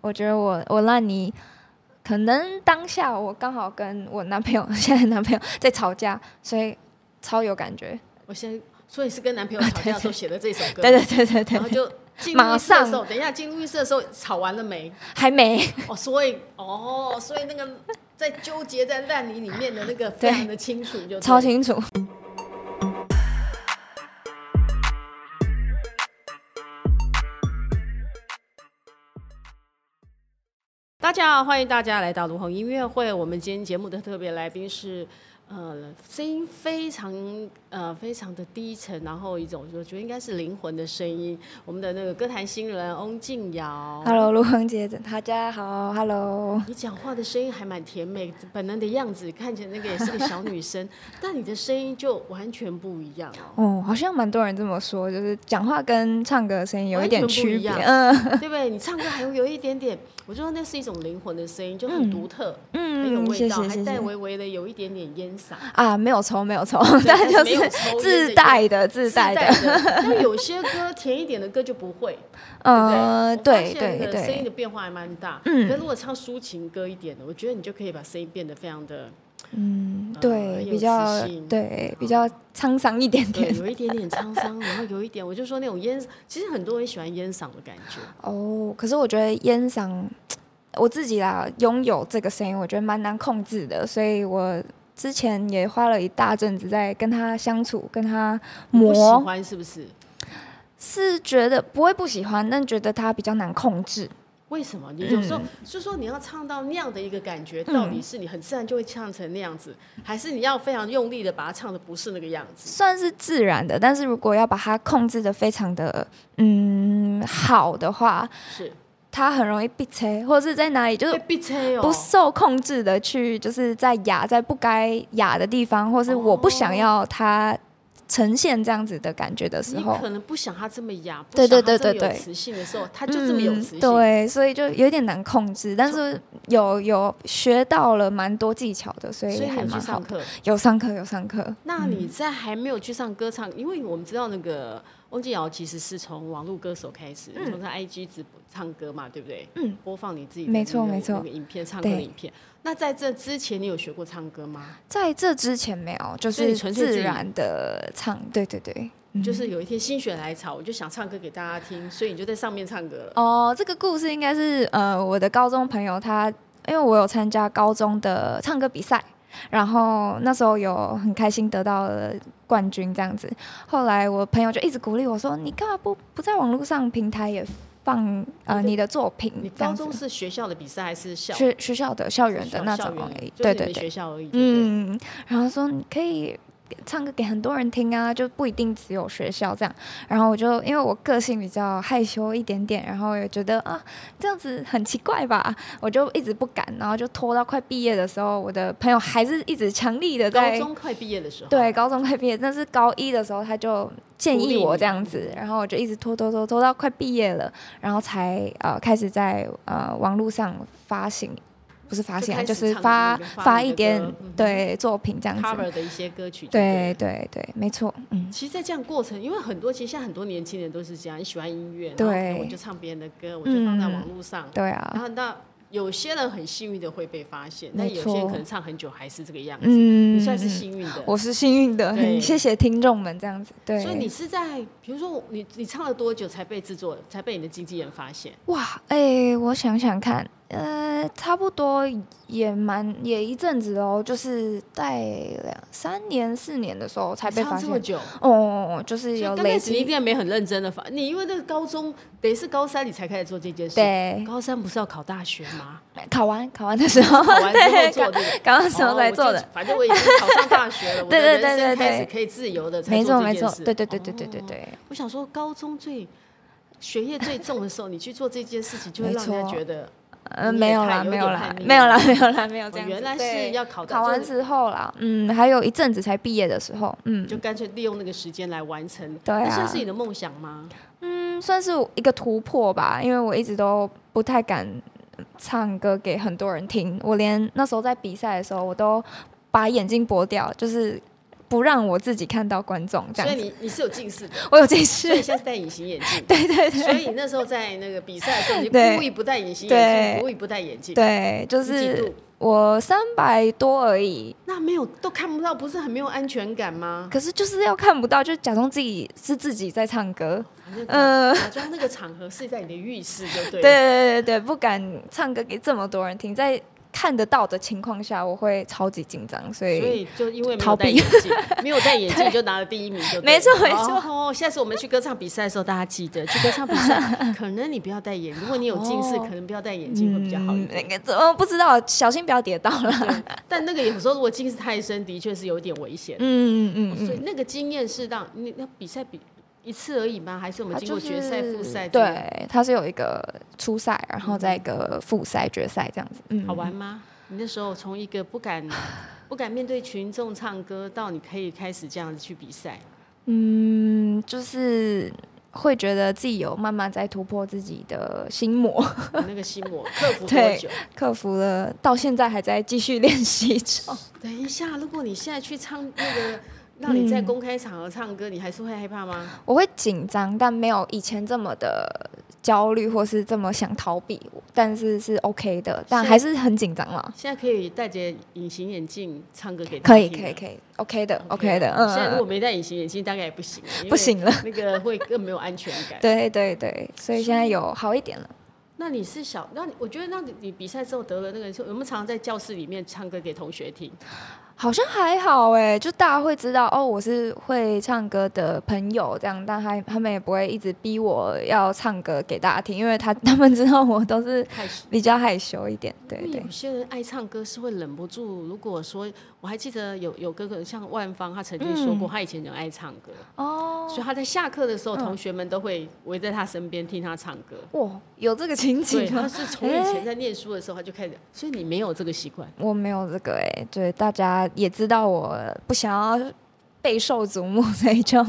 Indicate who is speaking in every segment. Speaker 1: 我觉得我我让你，可能当下我刚好跟我男朋友 现在男朋友在吵架，所以超有感觉。
Speaker 2: 我现在所以是跟男朋友吵
Speaker 1: 啊
Speaker 2: 架的时候写的这首歌，
Speaker 1: 对对对对
Speaker 2: 然后
Speaker 1: 对，
Speaker 2: 就进
Speaker 1: 马
Speaker 2: 入浴室的时候，
Speaker 1: 上
Speaker 2: 等一下进入浴室的时候吵完了没？
Speaker 1: 还没
Speaker 2: 哦，所以哦，所以那个在纠结在烂泥里面的那个非常的清楚就对了，
Speaker 1: 超清楚。
Speaker 2: 大家好，欢迎大家来到卢红音乐会。我们今天节目的特别来宾是，呃，声音非常呃非常的低沉，然后一种我觉得应该是灵魂的声音。我们的那个歌坛新人翁静瑶
Speaker 1: Hello，陆恒姐，大家好，Hello。
Speaker 2: 你讲话的声音还蛮甜美，本人的样子看起来那个也是个小女生， 但你的声音就完全不一样哦，
Speaker 1: 哦，好像蛮多人这么说，就是讲话跟唱歌的声音有一点
Speaker 2: 完全不
Speaker 1: 区
Speaker 2: 一
Speaker 1: 别。
Speaker 2: 样
Speaker 1: 嗯
Speaker 2: 对不对？你唱歌还有有一点点，我觉得那是一种灵魂的声音，就很独特。那个
Speaker 1: 嗯，谢
Speaker 2: 味道
Speaker 1: 谢
Speaker 2: 还
Speaker 1: 谢
Speaker 2: 带
Speaker 1: 谢。
Speaker 2: 微微的有一点点烟嗓，
Speaker 1: 啊，没有抽，没有抽，
Speaker 2: 对
Speaker 1: 但
Speaker 2: 但
Speaker 1: 就是
Speaker 2: 没有
Speaker 1: 是
Speaker 2: 抽烟的
Speaker 1: 自
Speaker 2: 烟
Speaker 1: 带的，自带的。
Speaker 2: 的。那有些歌甜一点的歌就不 会，
Speaker 1: 呃，对
Speaker 2: 对不对
Speaker 1: 对
Speaker 2: 我发现那个声音
Speaker 1: 对，
Speaker 2: 的变化还蛮大。
Speaker 1: 嗯
Speaker 2: 可是如果唱抒情歌一点的，我觉得你就可以把声音变得非常的，
Speaker 1: 嗯，
Speaker 2: 呃
Speaker 1: 对，
Speaker 2: 有
Speaker 1: 比较
Speaker 2: 磁性嗯
Speaker 1: 对比较沧桑一点
Speaker 2: 对，
Speaker 1: 点。
Speaker 2: 有一点点沧桑，然后有一点，我就说那种烟，其实很多人喜欢烟嗓的感觉。
Speaker 1: 哦，可是我觉得烟嗓，我自己啦拥有这个声音，我觉得蛮难控制的，所以我之前也花了一大阵子在跟他相处，跟他
Speaker 2: 不喜
Speaker 1: 磨，
Speaker 2: 欢是不是？
Speaker 1: 是觉得不会不喜欢，但觉得他比较难控制。
Speaker 2: 为什么？你有
Speaker 1: 嗯
Speaker 2: 时候、就是说你要唱到那样的一个感觉，到底是你很自然就会唱成那样子，还是你要非常用力的把它唱的不是那个样子？
Speaker 1: 算是自然的，但是如果要把它控制的非常的嗯好的话，
Speaker 2: 是
Speaker 1: 它很容易闭车，或者是在哪里就
Speaker 2: 会
Speaker 1: 是
Speaker 2: 闭车哦，
Speaker 1: 不受控制的去，就是在哑在不该哑的地方，或是
Speaker 2: 哦
Speaker 1: 我不想要它呈现这样子的感觉的时
Speaker 2: 你
Speaker 1: 候，
Speaker 2: 可能不想它这么哑，不
Speaker 1: 对
Speaker 2: 想
Speaker 1: 对
Speaker 2: 它
Speaker 1: 对
Speaker 2: 这
Speaker 1: 对
Speaker 2: 么有
Speaker 1: 对
Speaker 2: 磁性的时候，它就这么有磁性。
Speaker 1: 嗯，对，所以就有点难控制，但是有有学到了蛮多技巧的，所
Speaker 2: 所
Speaker 1: 以
Speaker 2: 以你
Speaker 1: 还
Speaker 2: 有去
Speaker 1: 蛮好
Speaker 2: 上
Speaker 1: 的。
Speaker 2: 课，
Speaker 1: 有上课，有上课，
Speaker 2: 那你在还没有去上歌唱，因为我们知道那个翁静瑶其实是从网络歌手开始，你从她 IG 直播唱歌嘛，对不对？
Speaker 1: 嗯，
Speaker 2: 播放你自己的
Speaker 1: 没错
Speaker 2: 那个
Speaker 1: 没错
Speaker 2: 那个影片唱歌的
Speaker 1: 对
Speaker 2: 影片。那在这之前，你有学过唱歌吗？
Speaker 1: 在这之前没有，就
Speaker 2: 所以你
Speaker 1: 是
Speaker 2: 纯粹自
Speaker 1: 自
Speaker 2: 己
Speaker 1: 然的唱，对对对，嗯
Speaker 2: 就是有一天心血来潮，我就想唱歌给大家听，所以你就在上面唱歌了。
Speaker 1: 哦，这个故事应该是呃，我的高中朋友他，因为我有参加高中的唱歌比赛，然后那时候有很开心得到了冠军这样子。后来我朋友就一直鼓励我说：“你干嘛不不在网络上平台也放呃你的作品？”
Speaker 2: 你
Speaker 1: 这
Speaker 2: 高
Speaker 1: 样子
Speaker 2: 中是学校的比赛还是校
Speaker 1: 学学校的校园的
Speaker 2: 校
Speaker 1: 那
Speaker 2: 校
Speaker 1: 种
Speaker 2: 园
Speaker 1: 而已，
Speaker 2: 就
Speaker 1: 对
Speaker 2: 是你
Speaker 1: 对
Speaker 2: 们
Speaker 1: 对，
Speaker 2: 学校而已。对不对，
Speaker 1: 嗯，然后说你可以唱歌给很多人听啊，就不一定只有学校这样。然后我就因为我个性比较害羞一点点，然后也觉得啊这样子很奇怪吧，我就一直不敢，然后就拖到快毕业的时候，我的朋友还是一直强力的
Speaker 2: 高
Speaker 1: 在
Speaker 2: 中快毕业的时候，
Speaker 1: 对，高中快毕业，但是高一的时候他就建
Speaker 2: 鼓励
Speaker 1: 议我
Speaker 2: 你
Speaker 1: 这样子，然后我就一直拖拖拖拖到快毕业了，然后才呃开始在呃网络上发行，不是发
Speaker 2: 就
Speaker 1: 行啊，
Speaker 2: 开
Speaker 1: 就
Speaker 2: 始
Speaker 1: 是
Speaker 2: 唱
Speaker 1: 发
Speaker 2: 你的发
Speaker 1: 发
Speaker 2: 你
Speaker 1: 一
Speaker 2: 的
Speaker 1: 点
Speaker 2: 歌嗯
Speaker 1: 对作品这样子。
Speaker 2: cover 的一些歌曲就
Speaker 1: 对
Speaker 2: 对了。
Speaker 1: 对对，没错，嗯，
Speaker 2: 其实，在这样过程，因为很多其实现在很多年轻人都是这样，你喜欢音乐，然后
Speaker 1: 对
Speaker 2: 可能我就唱别人的歌，我就放在网络上。
Speaker 1: 对
Speaker 2: 然
Speaker 1: 啊，
Speaker 2: 后那有些人很幸运的会被发现，但
Speaker 1: 没
Speaker 2: 有
Speaker 1: 错
Speaker 2: 些人可能唱很久还是这个样子。
Speaker 1: 嗯，
Speaker 2: 你算是
Speaker 1: 嗯
Speaker 2: 幸运的。
Speaker 1: 我是幸运的，
Speaker 2: 对
Speaker 1: 很 谢谢听众们这样子。对，
Speaker 2: 所以你是在，比如说你你唱了多久才被制作，才被你的经纪人发现？
Speaker 1: 哇，哎、我想想看，呃，差不多也蛮也一阵子哦，就是在两三年、四年的时候才被
Speaker 2: 唱
Speaker 1: 发
Speaker 2: 这么
Speaker 1: 现。
Speaker 2: 久，
Speaker 1: 哦，就是
Speaker 2: 所以
Speaker 1: 有
Speaker 2: 刚
Speaker 1: 累
Speaker 2: 开始你一
Speaker 1: 积
Speaker 2: 定，也没很认真的发，你因为那个高中得是高三你才开始做这件事，，
Speaker 1: 对，
Speaker 2: 高三不是要考大学吗？
Speaker 1: 考完考完的时候，
Speaker 2: 考完之
Speaker 1: 对，考
Speaker 2: 后做这个。
Speaker 1: 考 完的时候才做的
Speaker 2: 哦我就，反正我已经考上大学 了，我的
Speaker 1: 对对
Speaker 2: 人
Speaker 1: 对对
Speaker 2: 生开始
Speaker 1: 对
Speaker 2: 可以自由的，
Speaker 1: 没错没错，对
Speaker 2: 对
Speaker 1: 对对对对对。
Speaker 2: 哦
Speaker 1: 对，
Speaker 2: 我想说，高中最学业最重的时候，你去做这件事情，就会
Speaker 1: 没
Speaker 2: 让人家
Speaker 1: 错
Speaker 2: 觉得，
Speaker 1: 嗯，
Speaker 2: 你
Speaker 1: 没
Speaker 2: 也
Speaker 1: 有
Speaker 2: 太
Speaker 1: 啦
Speaker 2: 有
Speaker 1: 没
Speaker 2: 点
Speaker 1: 有啦
Speaker 2: 叛逆
Speaker 1: 没有啦
Speaker 2: 了
Speaker 1: 没有啦没有
Speaker 2: 哦
Speaker 1: 这样子，
Speaker 2: 原来是
Speaker 1: 对
Speaker 2: 要考
Speaker 1: 考
Speaker 2: 到，
Speaker 1: 完
Speaker 2: 就是
Speaker 1: 之后啦，嗯，还有一阵子才毕业的时候，嗯，
Speaker 2: 就干脆利用那个时间来完成，
Speaker 1: 对
Speaker 2: 那
Speaker 1: 啊
Speaker 2: 算是你的梦想吗？
Speaker 1: 嗯，算是一个突破吧，因为我一直都不太敢唱歌给很多人听，我连那时候在比赛的时候，我都把眼睛剥掉，就是不让我自己看到观众这
Speaker 2: 所
Speaker 1: 样
Speaker 2: 以
Speaker 1: 子。
Speaker 2: 你你是有近视的，
Speaker 1: 我有近
Speaker 2: 所以
Speaker 1: 视，
Speaker 2: 现在是戴隐形眼镜。
Speaker 1: 对对
Speaker 2: 所
Speaker 1: 对
Speaker 2: 以那时候在那个比赛的时候，你就
Speaker 1: 对
Speaker 2: 故意不戴隐形眼
Speaker 1: 对
Speaker 2: 镜，故意不戴眼镜，
Speaker 1: 对，就
Speaker 2: 你几
Speaker 1: 是
Speaker 2: 度
Speaker 1: 我三百多而已，
Speaker 2: 那没有都看不到，不是很没有安全感吗？
Speaker 1: 可是就是要看不到，就假装自己是自己在唱歌。
Speaker 2: 反正
Speaker 1: 嗯、
Speaker 2: 假装那个场合是在你的浴室就
Speaker 1: 对
Speaker 2: 对了。
Speaker 1: 对对对，不敢唱歌给这么多人听，在看得到的情况下，我会超级紧张，所
Speaker 2: 所
Speaker 1: 以
Speaker 2: 以就因为没有
Speaker 1: 逃
Speaker 2: 戴
Speaker 1: 避
Speaker 2: 眼镜，没有戴 眼镜就拿了第一名就对了，
Speaker 1: 没错没错
Speaker 2: 哦，下次我们去歌唱比赛的时候，大家记得去歌唱比 赛，可能你不要戴眼，如果你有近视，
Speaker 1: 哦
Speaker 2: 可能不要戴眼镜会比较好一
Speaker 1: 嗯，
Speaker 2: 点。
Speaker 1: 那个怎么不知道，小心不要跌倒了。
Speaker 2: 但那个有时候如果近视太深，的确是有点危险。
Speaker 1: 嗯嗯
Speaker 2: 所以
Speaker 1: 嗯
Speaker 2: 那个经验是让你那比赛比一次而已吗？还是我
Speaker 1: 嗯，
Speaker 2: 们经过决赛、复赛之类的？
Speaker 1: 对，它是有一个嗯初赛，然后再一个复赛、决赛这样子。嗯，
Speaker 2: 好玩吗？你那时候从一个不 敢不敢面对群众唱歌，到你可以开始这样子去比赛，
Speaker 1: 嗯，就是会觉得自己有慢慢在突破自己的心魔，
Speaker 2: 你那个心魔克服多
Speaker 1: 对
Speaker 2: 久？
Speaker 1: 克服了，到现在还在继续练习中。
Speaker 2: 等一下，如果你现在去唱那个，让你在公开场合唱歌，你还是会害怕吗？
Speaker 1: 我会紧张，但没有以前这么的焦虑，或是这么想逃避，但是是 OK 的，但还是很紧张啦。
Speaker 2: 现在可以戴着隐形眼镜唱歌给大
Speaker 1: 可
Speaker 2: 家
Speaker 1: 以，
Speaker 2: 听
Speaker 1: 可以，
Speaker 2: 吗
Speaker 1: 可以，OK 的，OK 的，嗯
Speaker 2: 现在如果
Speaker 1: 嗯，
Speaker 2: 没戴隐形眼镜，大概也不行，因为
Speaker 1: 嗯不行 了。
Speaker 2: 那个会更没有安全感。
Speaker 1: 对对对，所以现在
Speaker 2: 哎所以
Speaker 1: 有好一点了。
Speaker 2: 那你是小，那你我觉得，那你你比赛之后得了那个，我们常常在教室里面唱歌给同学听，
Speaker 1: 好像还好哎、就大家会知道哦，我是会唱歌的朋友这样，但还他们也不会一直逼我要唱歌给大家听，因为他 他们知道我都是
Speaker 2: 开始。
Speaker 1: 比较害羞一点，对
Speaker 2: 因为
Speaker 1: 对
Speaker 2: 有，些人爱唱歌是会忍不住。如果说我还记得有有哥哥像万芳，他曾经说过，
Speaker 1: 嗯
Speaker 2: 他以前很爱唱歌，
Speaker 1: 哦
Speaker 2: 所以他在下课的时候，
Speaker 1: 嗯
Speaker 2: 同学们都会围在他身边听他唱歌。
Speaker 1: 哇，有这个情
Speaker 2: 对，
Speaker 1: 景
Speaker 2: 他
Speaker 1: 吗？
Speaker 2: 是从以
Speaker 1: 哎
Speaker 2: 前在念书的时候他就开始，所以你没有这个习惯。
Speaker 1: 我没有这个哎、对，大家也知道我不想要备受瞩目，所以就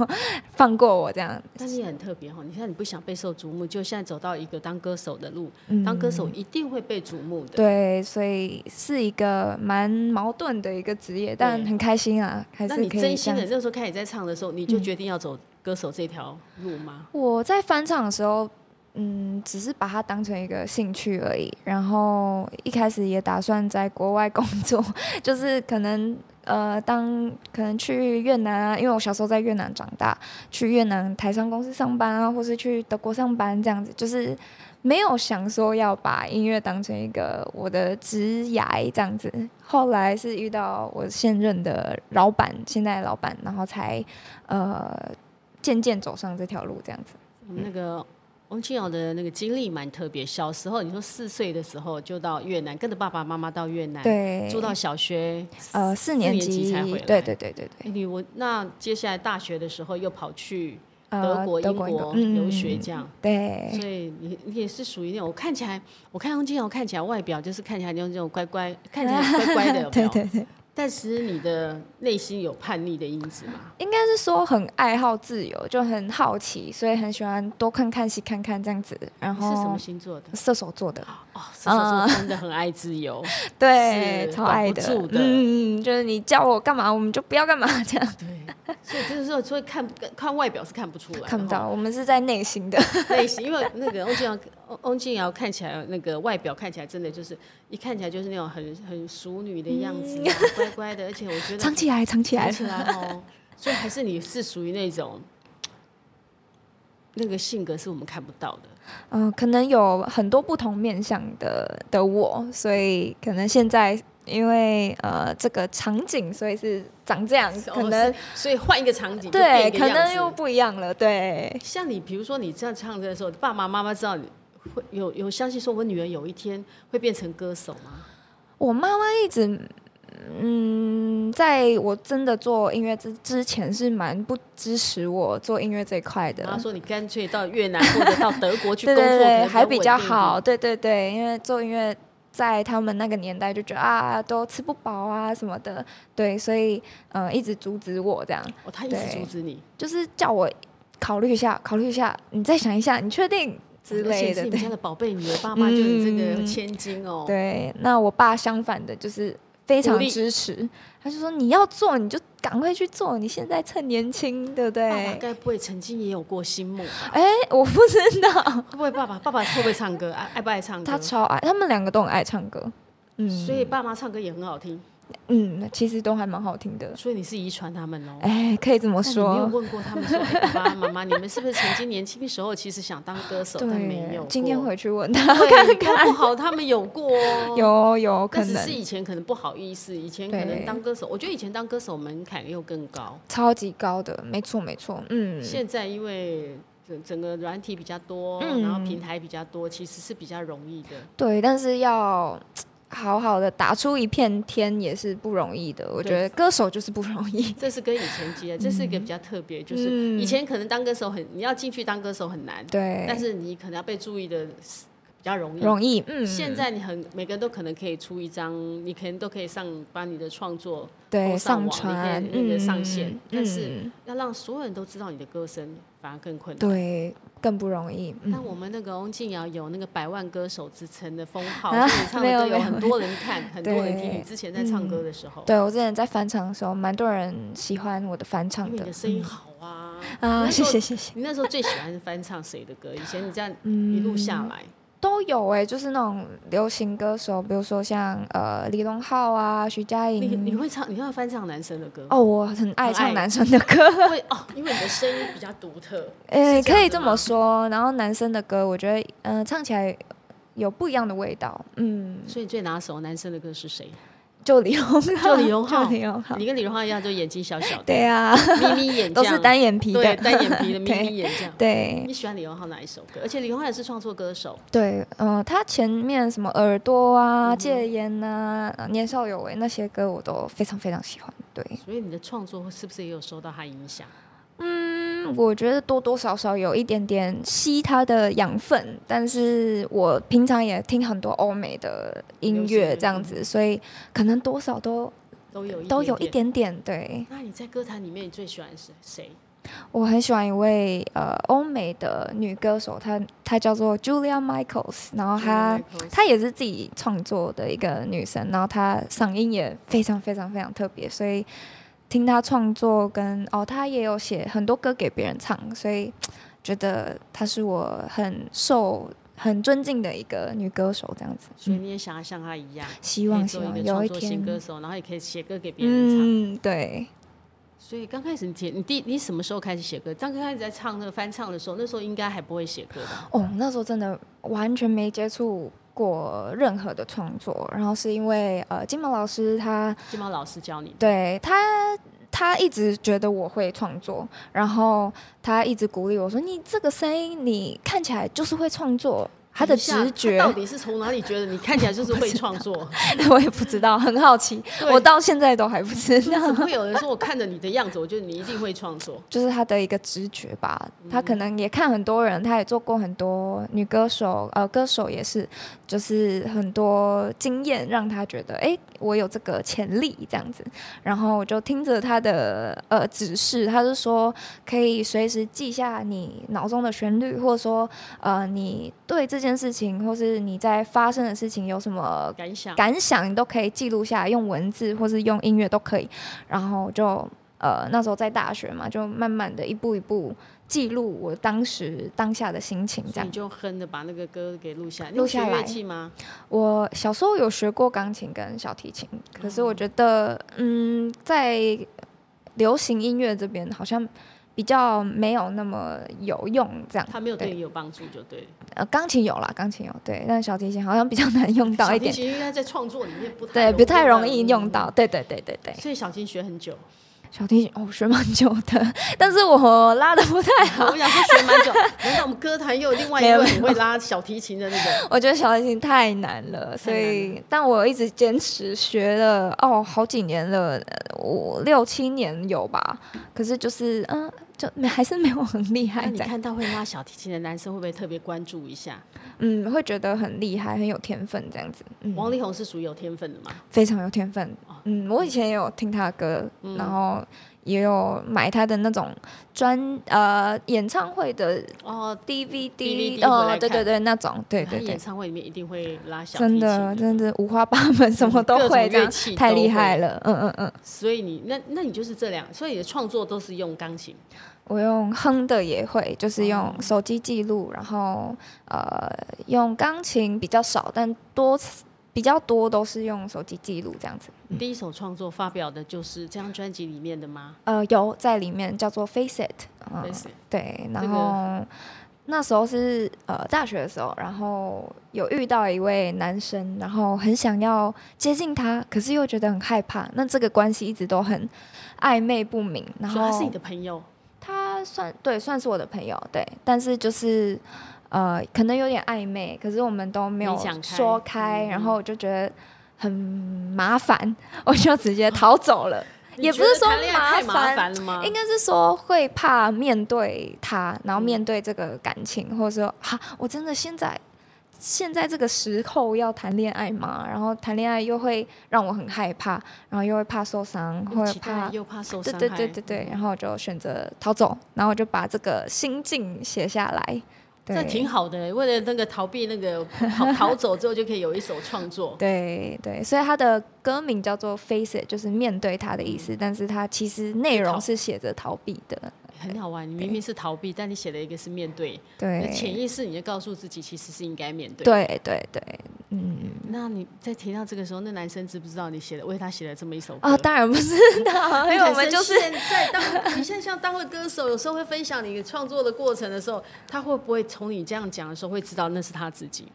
Speaker 1: 放过我这样。
Speaker 2: 但你也很特别哈，你看你不想备受瞩目，就现在走到一个当歌手的路，
Speaker 1: 嗯
Speaker 2: 当歌手一定会被瞩目的。
Speaker 1: 对，所以是一个蛮矛盾的一个职业，但
Speaker 2: 对
Speaker 1: 很开心啊，还
Speaker 2: 那
Speaker 1: 是
Speaker 2: 你
Speaker 1: 可以
Speaker 2: 真
Speaker 1: 这
Speaker 2: 心
Speaker 1: 样嗯
Speaker 2: 的那时候开始在唱的时候，你就决定要走歌手这条路吗？
Speaker 1: 我在翻唱的时候，嗯，只是把它当成一个兴趣而已。然后一开始也打算在国外工作， 就是可能呃，当可能去越南啊，因为我小时候在越南长大，去越南台商公司上班啊，或是去德国上班这样子，就是没有想说要把音乐当成一个我的职涯这样子。后来是遇到我现任的老板，现在的老板，然后才呃渐渐走上这条路这样子。
Speaker 2: 我们那个翁清瑶的那个经历蛮特别。小时候，你说四岁的时候就到越南，跟着爸爸妈妈到越南，
Speaker 1: 对，
Speaker 2: 住哎到小学。
Speaker 1: 呃四年
Speaker 2: 四年级才回来
Speaker 1: 对对对对
Speaker 2: 哎
Speaker 1: 对，
Speaker 2: 你我那接下来大学的时候又跑去德
Speaker 1: 呃
Speaker 2: 国、英国留
Speaker 1: 嗯
Speaker 2: 学这样，
Speaker 1: 对
Speaker 2: 所以你你也是属于那种我看起来，我看翁金瑶看起来外表就是看起来就是那种乖乖，看起来乖乖的，有没
Speaker 1: 对
Speaker 2: 有？
Speaker 1: 对对，
Speaker 2: 但其实你的内心有叛逆的因子嘛？
Speaker 1: 应该是说很爱好自由，就很好奇，所以很喜欢多看看、西看看这样子。然
Speaker 2: 你是什
Speaker 1: 后
Speaker 2: 么星座的？
Speaker 1: 射手座的，
Speaker 2: 哦，射手座真的很爱自由，
Speaker 1: 对，
Speaker 2: 是
Speaker 1: 超
Speaker 2: 管
Speaker 1: 爱
Speaker 2: 不
Speaker 1: 的，
Speaker 2: 住的
Speaker 1: 嗯，嗯就是你叫我干嘛，我 们就不要干嘛这样，
Speaker 2: 对，所以就是说，所以看看外表是看不出来的哈，
Speaker 1: 看不到，我们是在内心 的，
Speaker 2: 类型，因为那个翁静瑶，翁翁静瑶看起来那个外表看起来真的就是一看起来就是那种很很淑女的样子啊、乖乖的，而且我觉得
Speaker 1: 藏起来，藏起来
Speaker 2: 藏，起来哦，所以还是你是属于那种那个性格是我们看不到的。
Speaker 1: 嗯、可能有很多不同面向的的我，所以可能现在因为呃这个场景，所以是长这样，可能
Speaker 2: 哦所以换一个场景就变
Speaker 1: 对，
Speaker 2: 一个
Speaker 1: 可
Speaker 2: 样
Speaker 1: 能
Speaker 2: 子
Speaker 1: 又不一样了，对，
Speaker 2: 像你，比如说你这样唱歌的时候，爸爸妈妈知道你会有有相信说我女儿有一天会变成歌手吗？
Speaker 1: 我妈妈一直，嗯，在我真的做音乐之之前是蛮不支持我做音乐这一块的
Speaker 2: 然。后啊说你干脆到越南或者到德 国去
Speaker 1: 对对
Speaker 2: 工作，可能
Speaker 1: 对，还比
Speaker 2: 稳
Speaker 1: 较
Speaker 2: 定一
Speaker 1: 好。
Speaker 2: 点。
Speaker 1: 对对对，因为做音乐在他们那个年代就觉得啊，都吃不饱啊什么的，对，所以呃一直阻止我这样，
Speaker 2: 哦，他一直
Speaker 1: 对
Speaker 2: 阻止你
Speaker 1: 就是叫我考虑一下，考虑一下，你再想一下，你确定之
Speaker 2: 而
Speaker 1: 类
Speaker 2: 且哦是
Speaker 1: 的，
Speaker 2: 你
Speaker 1: 对
Speaker 2: 们家的宝贝女儿，爸妈就你这个
Speaker 1: 嗯
Speaker 2: 千金哦。
Speaker 1: 对，那我爸相反的，就是非常
Speaker 2: 鼓励
Speaker 1: 支持，他就说你要做你就赶快去做，你现在趁年轻，对不对？
Speaker 2: 爸爸该不会曾经也有过心梦吧？
Speaker 1: 哎、我不知道，
Speaker 2: 会不会爸爸？爸爸会不会唱歌？爱爱不爱唱歌？
Speaker 1: 他超爱，他们两个都很爱唱歌，嗯，
Speaker 2: 嗯所以爸妈唱歌也很好听，
Speaker 1: 嗯，其实都还蛮好听的，
Speaker 2: 所以你是遗传他们哦。
Speaker 1: 哎、可以这么
Speaker 2: 哦那你没
Speaker 1: 说，
Speaker 2: 有问过他们说，哎爸爸妈妈，你们是不是曾经年轻的时候其实想当歌手，但没有
Speaker 1: 对
Speaker 2: 过？，
Speaker 1: 今天回去问他
Speaker 2: 对
Speaker 1: 看
Speaker 2: 搞不
Speaker 1: 看，
Speaker 2: 好他们有过哦。
Speaker 1: 有有可
Speaker 2: 但只
Speaker 1: 能
Speaker 2: 是以前可能不好意思，以前可
Speaker 1: 对
Speaker 2: 能当歌手，我觉得以前当歌手门槛又更高。
Speaker 1: 超级高的，没错没错，嗯，
Speaker 2: 现在因为整整个软体比较多，
Speaker 1: 嗯
Speaker 2: 然后平台比较多，其实是比较容易的。
Speaker 1: 对，但是要好好的打出一片天也是不容易的，我觉
Speaker 2: 对
Speaker 1: 得歌手就是不容易，
Speaker 2: 这是跟以前接，这是一个比较特别，就是
Speaker 1: 嗯
Speaker 2: 以前可能当歌手很，你要进去当歌手很难，
Speaker 1: 对，
Speaker 2: 但是你可能要被注意的是比较容易。
Speaker 1: 容易，嗯，
Speaker 2: 现在你很每个人都可能可以出一张，你可能都可以上把你的创作
Speaker 1: 对
Speaker 2: 都上
Speaker 1: 上
Speaker 2: 网
Speaker 1: 传
Speaker 2: 你可以那个
Speaker 1: 嗯
Speaker 2: 上线但是
Speaker 1: 嗯
Speaker 2: 要让所有人都知道你的歌声，反而更困难。
Speaker 1: 对更不容易，
Speaker 2: 但
Speaker 1: 嗯，
Speaker 2: 我们那个翁静瑶有那个百万歌手之称的封 号，
Speaker 1: 啊
Speaker 2: 所以你唱
Speaker 1: 没
Speaker 2: 的
Speaker 1: 有
Speaker 2: 歌
Speaker 1: 没
Speaker 2: 有
Speaker 1: 有
Speaker 2: 很多人 看，很多人听。
Speaker 1: 对嗯
Speaker 2: 你之前在唱歌的时候，
Speaker 1: 对我之前在翻唱的时候，蛮多人喜欢我的翻唱
Speaker 2: 因为
Speaker 1: 的嗯
Speaker 2: 你的声音好啊。
Speaker 1: 啊，
Speaker 2: 那时
Speaker 1: 谢
Speaker 2: 候
Speaker 1: 谢谢谢，
Speaker 2: 你那时候最喜欢翻唱谁的 歌？以前你这样
Speaker 1: 嗯
Speaker 2: 一路下来，
Speaker 1: 都有哎、就是那种流行歌手，比如说像呃李荣浩啊、徐佳
Speaker 2: 你你
Speaker 1: 莹，
Speaker 2: 会唱，你会翻唱男生的歌，
Speaker 1: 哦，我很爱
Speaker 2: 很爱
Speaker 1: 唱男生的 歌，
Speaker 2: 会哦，因为你的声音比较独特。
Speaker 1: 呃、
Speaker 2: 是这样
Speaker 1: 可以
Speaker 2: 子
Speaker 1: 这
Speaker 2: 吗
Speaker 1: 么说。然后男生的歌，我觉得呃唱起来有不一样的味道，嗯，
Speaker 2: 所以你最拿手男生的歌是谁？
Speaker 1: 就李荣浩，
Speaker 2: 就李荣浩
Speaker 1: 就李荣浩，
Speaker 2: 你跟李荣浩一样，就眼睛小小的，
Speaker 1: 对 啊，
Speaker 2: 眯眯眼这
Speaker 1: 都
Speaker 2: 样，
Speaker 1: 是单眼皮
Speaker 2: 对
Speaker 1: 的，
Speaker 2: 单眼皮的眯
Speaker 1: 对
Speaker 2: 眯眼这样。
Speaker 1: 对
Speaker 2: 你喜欢李荣浩哪一首歌？而且李荣浩也是创作歌手，
Speaker 1: 对，嗯、他前面什么耳朵啊、
Speaker 2: 嗯
Speaker 1: 戒烟呐、啊、年少有为那些歌，我都非常非常喜欢。对，
Speaker 2: 所以你的创作是不是也有受到他影响？
Speaker 1: 嗯，我觉得多多少少有一点点吸他的养分，但是我平常也听很多欧美的音乐这样子，所以可能多少都
Speaker 2: 都有一
Speaker 1: 都有一点
Speaker 2: 点。
Speaker 1: 点。对
Speaker 2: 那你在歌坛里面，你最喜欢是谁？
Speaker 1: 我很喜欢一位呃欧美的女歌手，她她叫做 Julia Michaels，然后她。她也是自己创作的一个女生，然后她嗓音也非常非常非常特别，所以听她创作跟哦，她也有写很多歌给别人唱，所以觉得她是我很受很尊敬的一个女歌手，这样子。
Speaker 2: 所以你也想要像他一样，
Speaker 1: 希
Speaker 2: 可以
Speaker 1: 望希
Speaker 2: 做一
Speaker 1: 望
Speaker 2: 个
Speaker 1: 有
Speaker 2: 创
Speaker 1: 一
Speaker 2: 作型歌
Speaker 1: 天，
Speaker 2: 手，然后也可以写歌给别人唱。
Speaker 1: 嗯，对，
Speaker 2: 所以刚开始你写，你第你什么时候开始写歌？刚开始在唱那个翻唱的时候，那时候应该还不会写歌吧？
Speaker 1: 哦，那时候真的完全没接触。过任何的创作，然后是因为呃，金毛老师他
Speaker 2: 金毛老师教你的，
Speaker 1: 对他，他一直觉得我会创作，然后他一直鼓励我说：“你这个声音，你看起来就是会创作。” 他的
Speaker 2: 等一下
Speaker 1: 直觉
Speaker 2: 他，到底是从哪里觉得你看起来就是会创作？
Speaker 1: 我也不知道，很好奇，
Speaker 2: 对
Speaker 1: 我到现在都还不知
Speaker 2: 那
Speaker 1: 道
Speaker 2: 怎，么会有人说我看着你的样子，我觉得你一定会创作？
Speaker 1: 就是他的一个直觉吧。他可能也看很多人，他也做过很多女歌手，呃，歌手也是，就是很多经验让他觉得，诶，我有这个潜力这样子。然后我就听着他的呃指示，他是说可以随时记下你脑中的旋律，或者说呃你对这件事情，或是你在发生的事情有什么
Speaker 2: 感想
Speaker 1: 感想，你都可以记录下来，用文字或是用音乐都可以。然后就呃那时候在大学嘛，就慢慢的一步一步记录我当时当下的心情，这
Speaker 2: 所以
Speaker 1: 样
Speaker 2: 你。就哼的把那个歌给录下来。你
Speaker 1: 录
Speaker 2: 有学
Speaker 1: 下
Speaker 2: 乐
Speaker 1: 来
Speaker 2: 器吗？
Speaker 1: 我小时候有学过钢琴跟小提琴，可是我觉得，嗯，在流行音乐这边好像比较没有那么有用，这样。
Speaker 2: 他没有对
Speaker 1: 对
Speaker 2: 你有帮助，就对了。
Speaker 1: 呃，钢琴有啦，钢琴有，对，但小提琴好像比较难用到一点
Speaker 2: 小，提琴应该在创作里面不太
Speaker 1: 对，
Speaker 2: 容易
Speaker 1: 不太容易用
Speaker 2: 嗯
Speaker 1: 到，对对对对对。
Speaker 2: 所以小金学 很久，
Speaker 1: 小提琴哦，我学蛮久的， 但是我拉的不太 好，
Speaker 2: 我想说学蛮久。难道我们歌坛又有另外一
Speaker 1: 没有
Speaker 2: 位
Speaker 1: 没有
Speaker 2: 很会拉小提琴的那个？
Speaker 1: 我觉得小提琴太难了，所
Speaker 2: 太
Speaker 1: 以但我一直坚持学了哦，好几年了，呃五六七年有吧。可是就是嗯，就没 还是没有很厉
Speaker 2: 那
Speaker 1: 害
Speaker 2: 你
Speaker 1: 这样，
Speaker 2: 看到会拉小提琴的男生，会不会特别关注一下？
Speaker 1: 嗯，会觉得很厉害，很有天分这样子，嗯，
Speaker 2: 王力宏是属于有天分的嘛？
Speaker 1: 非常有天分
Speaker 2: 哦。
Speaker 1: 嗯，我以前也有听他的歌，
Speaker 2: 嗯
Speaker 1: 然后也有买他的那种专呃演唱会的
Speaker 2: 哦，
Speaker 1: DVD，,
Speaker 2: DVD 回来
Speaker 1: 呃，
Speaker 2: 看
Speaker 1: 对对对，那种，对对
Speaker 2: 他
Speaker 1: 对
Speaker 2: 演，唱会里面一定会拉小
Speaker 1: 真
Speaker 2: 提琴嗯
Speaker 1: 的真的五花八门，什么都
Speaker 2: 各种
Speaker 1: 会，这
Speaker 2: 乐
Speaker 1: 样
Speaker 2: 器
Speaker 1: 太
Speaker 2: 都
Speaker 1: 厉
Speaker 2: 会
Speaker 1: 害了，嗯嗯嗯，
Speaker 2: 所以你那那你就是这两，所以你的创作都是用钢琴，
Speaker 1: 我用哼的也会，就是用
Speaker 2: 哦
Speaker 1: 手机记录，然后呃用钢琴比较少，但多比较多都是用手机记录这样子。
Speaker 2: 第一首创作发表的就是这张专辑里面的吗？
Speaker 1: 呃，有在里面叫做 Face It，嗯、
Speaker 2: 类似
Speaker 1: 对，
Speaker 2: 这
Speaker 1: 然
Speaker 2: 个
Speaker 1: 后、那时候是呃大学的时候，然后有遇到一位男生，然后很想要接近他，可是又觉得很害怕。那这个关系一直都很暧昧不明，然
Speaker 2: 所以他是你
Speaker 1: 后
Speaker 2: 的朋友，
Speaker 1: 他算对算是我的朋友，对，但是就是。呃，可能有点暧昧，可是我们都没有
Speaker 2: 没讲开
Speaker 1: 说开，
Speaker 2: 嗯
Speaker 1: 然后我就觉得很麻烦， 我就直接逃走了。
Speaker 2: 你
Speaker 1: 也
Speaker 2: 觉
Speaker 1: 不是
Speaker 2: 得
Speaker 1: 说
Speaker 2: 谈恋爱太
Speaker 1: 麻
Speaker 2: 麻
Speaker 1: 烦
Speaker 2: 烦了吗？
Speaker 1: 应该是说会怕面对他，然后面对这个感情，或者说哈、我真的现在现在这个时候要谈恋爱吗？然后谈恋爱又会让我很害怕，然后又会怕受伤，
Speaker 2: 又
Speaker 1: 会
Speaker 2: 期待
Speaker 1: 怕。
Speaker 2: 又怕受
Speaker 1: 对
Speaker 2: 伤害，
Speaker 1: 对对对对，然后我就选择逃走，然后我就把这个心境写下来。对，
Speaker 2: 这挺好的，为了那个逃避那个 逃逃走之后，就可以有一首创作。
Speaker 1: 对对，所以他的歌名叫做 “Face It”，就是面对他的意思，但是他其实内
Speaker 2: 逃
Speaker 1: 容是写着逃避的。
Speaker 2: 很好玩，你明明是逃避，但你写的一个是面对，那
Speaker 1: 对，
Speaker 2: 潜意识你就告诉自己，其实是应该面对。，
Speaker 1: 对对对，嗯。
Speaker 2: 那你在听到这个时候，那男生知不知道你写了为他写了这么一首歌？哎
Speaker 1: 哦，当然不是 的， 因为我们就是
Speaker 2: 现在当你现在像当了歌手，有时候会分享你创作的过程的时候，他会不会从你这样讲的时候会知道那是他自己？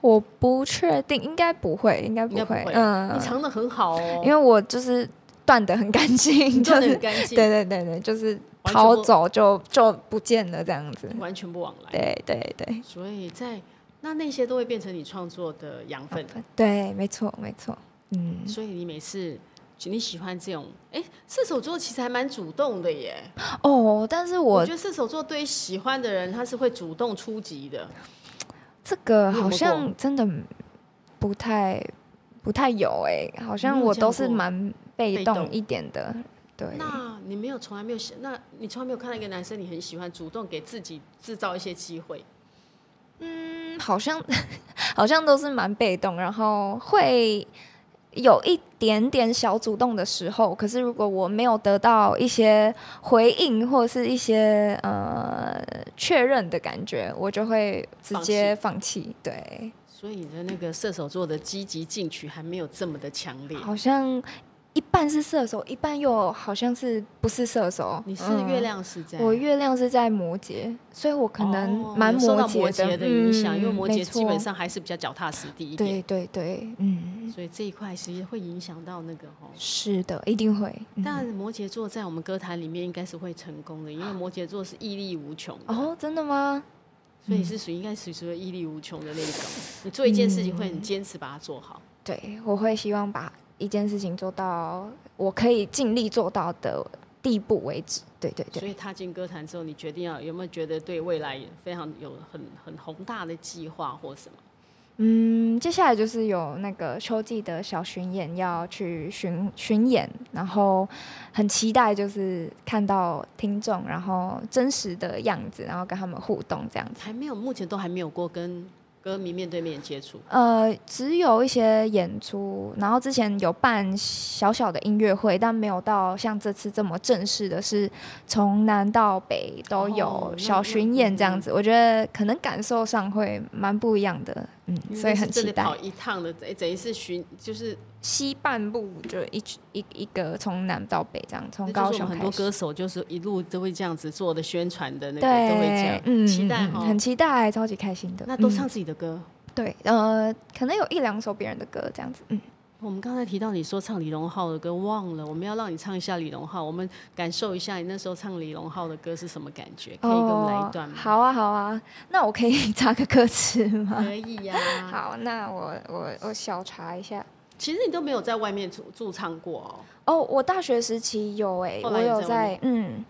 Speaker 1: 我不确定，应该不会，应该
Speaker 2: 应
Speaker 1: 不
Speaker 2: 该不
Speaker 1: 会
Speaker 2: 会，，你
Speaker 1: 嗯，
Speaker 2: 藏的很好哦，
Speaker 1: 因为我就是断的很干净，
Speaker 2: 你做
Speaker 1: 就
Speaker 2: 的
Speaker 1: 是
Speaker 2: 很干净，
Speaker 1: 对对对对，就是
Speaker 2: 完全不
Speaker 1: 逃走就就不见了这样子，
Speaker 2: 完全不往来。
Speaker 1: 对对对
Speaker 2: 所以在那那些都会变成你创作的养分。
Speaker 1: 对，没错没错，嗯，
Speaker 2: 所以你每次你喜欢这种，哎，射手座其实还蛮主动的耶。
Speaker 1: 哦，但是
Speaker 2: 我
Speaker 1: 我
Speaker 2: 觉得射手座对喜欢的人，他是会主动出击的。
Speaker 1: 这个
Speaker 2: 你有没有
Speaker 1: 好
Speaker 2: 过
Speaker 1: 像真的不太不太有哎，好像我都是蛮被
Speaker 2: 被
Speaker 1: 动
Speaker 2: 动
Speaker 1: 一点的，对，
Speaker 2: 那你没有从来没有想，那你从来没有看到一个男生你很喜欢，主动给自己制造一些机会，
Speaker 1: 嗯，好像 好像都是蛮被动，然后会有一点点小主动的时候。可是如果我没有得到一些回应或者是一些呃确认的感觉，我就会直接放弃。对，
Speaker 2: 所以你的那个射手座的积极进取还没有这么的强烈。
Speaker 1: 好像一半是射手，一半又好像是不是射手。
Speaker 2: 你是
Speaker 1: 嗯
Speaker 2: 月、亮是在，
Speaker 1: 我月亮是在摩羯，所以我可
Speaker 2: 哦
Speaker 1: 能蛮
Speaker 2: 有受到
Speaker 1: 摩
Speaker 2: 摩羯的影响，因为
Speaker 1: 嗯
Speaker 2: 摩
Speaker 1: 没
Speaker 2: 羯基
Speaker 1: 错
Speaker 2: 本上还是比较脚踏实地一点
Speaker 1: 对，对对，嗯。
Speaker 2: 所以这一块其实会影响到那个哦。
Speaker 1: 是的，一定会。嗯
Speaker 2: 但摩羯座在我们歌坛里面应该是会成功的，因为摩羯座是毅力无穷的，
Speaker 1: 哦，真的吗？
Speaker 2: 所以你是属于应该属于毅力无穷的那一种。你做一件事情会很坚持把它做好，
Speaker 1: 对，我会希望把一件事情做到我可以尽力做到的地步为止。对对
Speaker 2: 所
Speaker 1: 对，
Speaker 2: 以踏进歌坛之后，你决定要有没有觉得对未来非常有很很宏大的计划或什么？
Speaker 1: 嗯，接下来就是有那个秋季的小巡演要去巡巡演，然后很期待就是看到听众，然后真实的样子，然后跟他们互动这样子。
Speaker 2: 还没有，目前都还没有过跟歌迷面对面接触。
Speaker 1: 呃，只有一些演出，然后之前有办小小的音乐会，但没有到像这次这么正式的，是从南到北都
Speaker 2: 哦
Speaker 1: 有
Speaker 2: 那嗯
Speaker 1: 小巡演这样子。我觉得可能感受上会蛮不一样的，嗯，
Speaker 2: 因为
Speaker 1: 所以
Speaker 2: 那是
Speaker 1: 很
Speaker 2: 真
Speaker 1: 期
Speaker 2: 的
Speaker 1: 待
Speaker 2: 跑。一趟的，等于是巡，就是
Speaker 1: 西半部就一一一个从南到北这样，从
Speaker 2: 那
Speaker 1: 高
Speaker 2: 就是我
Speaker 1: 雄
Speaker 2: 们很
Speaker 1: 开
Speaker 2: 多
Speaker 1: 始。
Speaker 2: 歌手就是一路都会这样子做的宣传的那个都会这
Speaker 1: 对
Speaker 2: 样，，
Speaker 1: 嗯，
Speaker 2: 期待
Speaker 1: 嗯
Speaker 2: 哈、
Speaker 1: 很期待，超级开心的。
Speaker 2: 那都
Speaker 1: 嗯
Speaker 2: 唱自己的歌。
Speaker 1: 对，呃，可能有一两首别人的歌这样子，嗯。
Speaker 2: 我们刚才提到你说唱李荣浩的歌，忘了，我们要让你唱一下李荣浩，我们感受一下你那时候唱李荣浩的歌是什么感觉，可以给我们来一段吗？
Speaker 1: 哦。好啊，好啊，那我可以 查个歌词吗？
Speaker 2: 可以呀、
Speaker 1: 好，那我我我小查一下。
Speaker 2: 其实你都没有在外面驻驻唱过哦，
Speaker 1: 哦，我大学时期有哎、我
Speaker 2: 后来有
Speaker 1: 有
Speaker 2: 在外面
Speaker 1: 在嗯，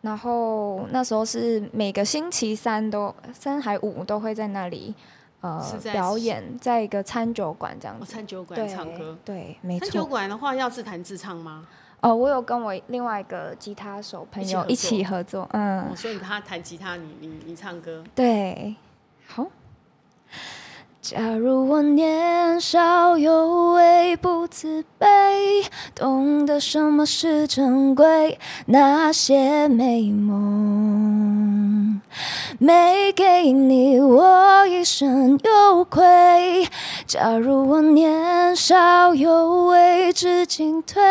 Speaker 1: 然后那时候是每个星期三都三还五都会在那里呃
Speaker 2: 是在
Speaker 1: 表演，在一个餐酒馆这样
Speaker 2: 我
Speaker 1: 子。
Speaker 2: 哦餐酒馆
Speaker 1: 对
Speaker 2: 唱歌。
Speaker 1: 对，没
Speaker 2: 餐酒
Speaker 1: 错。
Speaker 2: 馆的话要自弹自唱吗？
Speaker 1: 哦，我有跟我另外一个吉他手朋友
Speaker 2: 一
Speaker 1: 一
Speaker 2: 起
Speaker 1: 起合作，嗯
Speaker 2: 哦，，所以他弹吉他，你你你唱歌，
Speaker 1: 对，好。假如我年少有为不自卑，懂得什么是珍贵，那些美梦没给你，我一生有愧。假如我年少有为，知进退，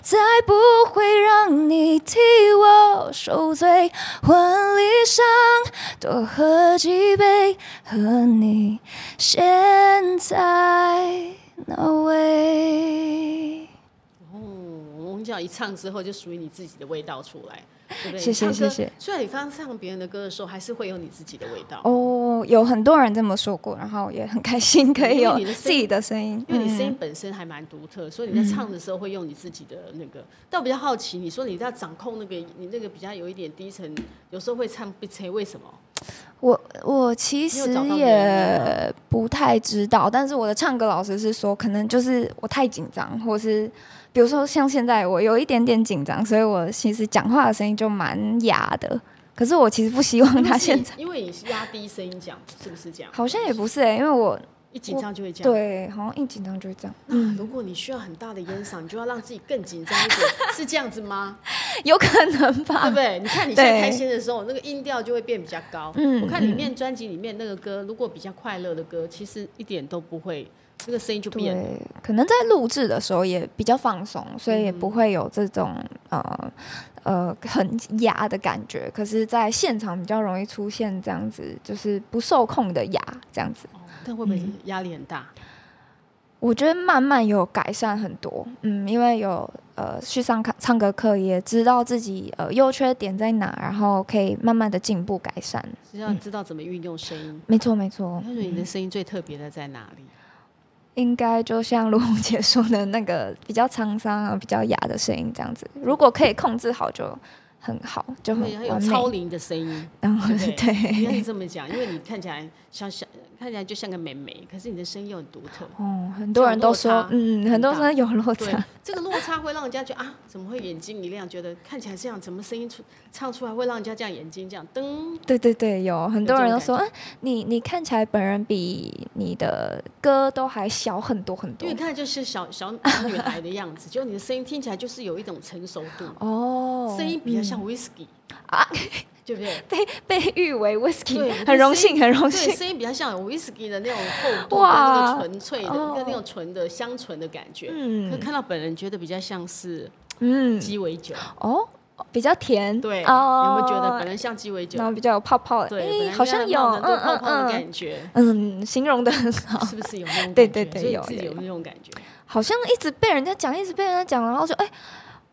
Speaker 1: 再不会让你替我受罪。婚礼上多喝几杯，和你现在那位。
Speaker 2: 哦，我们这样一唱之后，就属于你自己的味道出来，对不对？
Speaker 1: 谢
Speaker 2: 你
Speaker 1: 谢
Speaker 2: 唱歌
Speaker 1: 谢谢
Speaker 2: 虽然你翻唱别人的歌的时候，还是会有你自己的味道，
Speaker 1: 哦，有很多人这么说过，然后也很开心可以
Speaker 2: 因为
Speaker 1: 有
Speaker 2: 你的
Speaker 1: 自
Speaker 2: 声音
Speaker 1: 己的声音，
Speaker 2: 因为你声
Speaker 1: 嗯
Speaker 2: 音本身还蛮独特，所以你在唱的时候会用你自己的那个。但我比较好奇，你说你在掌控那个，你那个比较有一点低沉，有时候会唱不切，为什么？
Speaker 1: 我我其
Speaker 2: 你有
Speaker 1: 实
Speaker 2: 找到原
Speaker 1: 也不太知道，但是我的唱歌老师是说，可能就是我太紧张，或是比如说像现在我有一点点紧张，所以我其实讲话的声音就蛮哑的。可是我其实不希望他现在，
Speaker 2: 因为你是压低声音讲，是不是这样？
Speaker 1: 好像也不是哎、因为我
Speaker 2: 一紧张就会这样。
Speaker 1: 对嗯好像一紧张就会这样，
Speaker 2: 那如果你需要很大的烟嗓，你就要让自己更紧张一点，是这样子吗？
Speaker 1: 有可能
Speaker 2: 对
Speaker 1: 吧
Speaker 2: 不？对？你看你现在
Speaker 1: 啊对
Speaker 2: 开心的时候，那个音调就会变比较高。
Speaker 1: 嗯
Speaker 2: 我看里面专辑里面那个歌，如果比较快乐的歌，其实一点都不会，那个声音就变了。
Speaker 1: 对，可能在录制的时候也比较放松，所以也不会有这种呃呃很哑的感觉。可是，在现场比较容易出现这样子，就是不受控的哑这样子。
Speaker 2: 哦但会不会
Speaker 1: 嗯
Speaker 2: 压力很大？
Speaker 1: 我觉得慢慢有改善很多，嗯，因为有呃去上课唱歌课，也知道自己呃优缺点在哪，然后可以慢慢的进步改善。
Speaker 2: 是要知道怎么运用声音。
Speaker 1: 没错，没错
Speaker 2: 他，
Speaker 1: 嗯
Speaker 2: 说你的声音最特别的在哪里？
Speaker 1: 应该就像卢红姐说的那个比较沧桑啊、比较哑的声音这样子，如果可以控制好就很好，就
Speaker 2: 因
Speaker 1: 很
Speaker 2: 为它有
Speaker 1: 完
Speaker 2: 超
Speaker 1: 美。
Speaker 2: 龄的 声音，
Speaker 1: 然后
Speaker 2: 对不应该是
Speaker 1: 对，
Speaker 2: 这么讲，因为你看起来像像看起来就像个美眉，可是你的声音又很独 特。
Speaker 1: 哦，很多人都
Speaker 2: 这
Speaker 1: 说
Speaker 2: 种落差，
Speaker 1: 嗯，很多人
Speaker 2: 很大
Speaker 1: 说有落
Speaker 2: 对
Speaker 1: 差，，
Speaker 2: 这个落差会让人家觉得啊，怎么会眼睛一亮？觉得看起来这样，怎么声音出唱出来会让人家这样眼睛这样噔？
Speaker 1: 对对对，有很多
Speaker 2: 这种
Speaker 1: 人都
Speaker 2: 感
Speaker 1: 说，哎，你你看起来本人比你的歌都还小很多很
Speaker 2: 因
Speaker 1: 多
Speaker 2: 为。看就是小小小女孩的样子，就你的声音听起来就是有一种成熟度，
Speaker 1: 哦，
Speaker 2: 声音比较
Speaker 1: 嗯
Speaker 2: 像 whisky
Speaker 1: 啊，
Speaker 2: 对不对？
Speaker 1: 被被誉为 whisky，
Speaker 2: 对你的
Speaker 1: 很荣
Speaker 2: 声音
Speaker 1: 幸，很荣
Speaker 2: 对，
Speaker 1: 幸。
Speaker 2: 声音比较像有 whisky 的那种 厚度，跟那
Speaker 1: 哇
Speaker 2: 个纯粹的、
Speaker 1: 哦
Speaker 2: 跟那种纯的香醇的感觉。可
Speaker 1: 嗯
Speaker 2: 看到本人觉得比较像是
Speaker 1: 嗯，
Speaker 2: 鸡尾酒，
Speaker 1: 哦，比较甜。
Speaker 2: 对，
Speaker 1: 哦，
Speaker 2: 有没有觉得本人像鸡尾酒
Speaker 1: 然？后比较有泡泡的，
Speaker 2: 对，
Speaker 1: 诶
Speaker 2: 本人
Speaker 1: 好像有，
Speaker 2: 很多
Speaker 1: 嗯
Speaker 2: 泡
Speaker 1: 嗯
Speaker 2: 泡的
Speaker 1: 嗯，
Speaker 2: 感觉，
Speaker 1: 嗯，形容的很好，
Speaker 2: 是不是有那种感觉？
Speaker 1: 对对对
Speaker 2: 所以
Speaker 1: 有
Speaker 2: 你自己
Speaker 1: 有
Speaker 2: 有那种感觉。
Speaker 1: 好像一直被人家讲，一直被人家讲，然后就哎、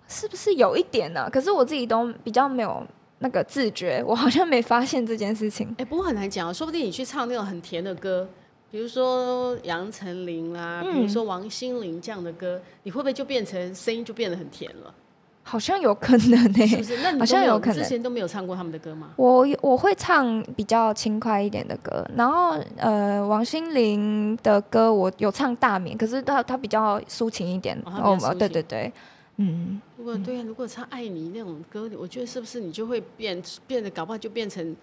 Speaker 1: 是不是有一点呢、可是我自己都比较没有那个自觉，我好像没发现这件事情。
Speaker 2: 哎，不过很难讲哦，说不定你去唱那种很甜的歌。比如说杨丞琳啦，比如
Speaker 1: 嗯
Speaker 2: 说王心凌这样的歌，你会不会就变成声音就变得很甜了？
Speaker 1: 好像有可能呢、
Speaker 2: 是不是？那你
Speaker 1: 好像
Speaker 2: 都没有
Speaker 1: 有可能
Speaker 2: 之前都没有唱过他们的歌吗？
Speaker 1: 我我会唱比较轻快一点的歌，然后呃，王心凌的歌我有唱大眠，可是她她比较抒情一点。
Speaker 2: 哦她比较抒情
Speaker 1: 对对对，嗯，
Speaker 2: 如果对啊，如果唱《爱你》那种歌，我觉得是不是你就会变变得，搞不好就变成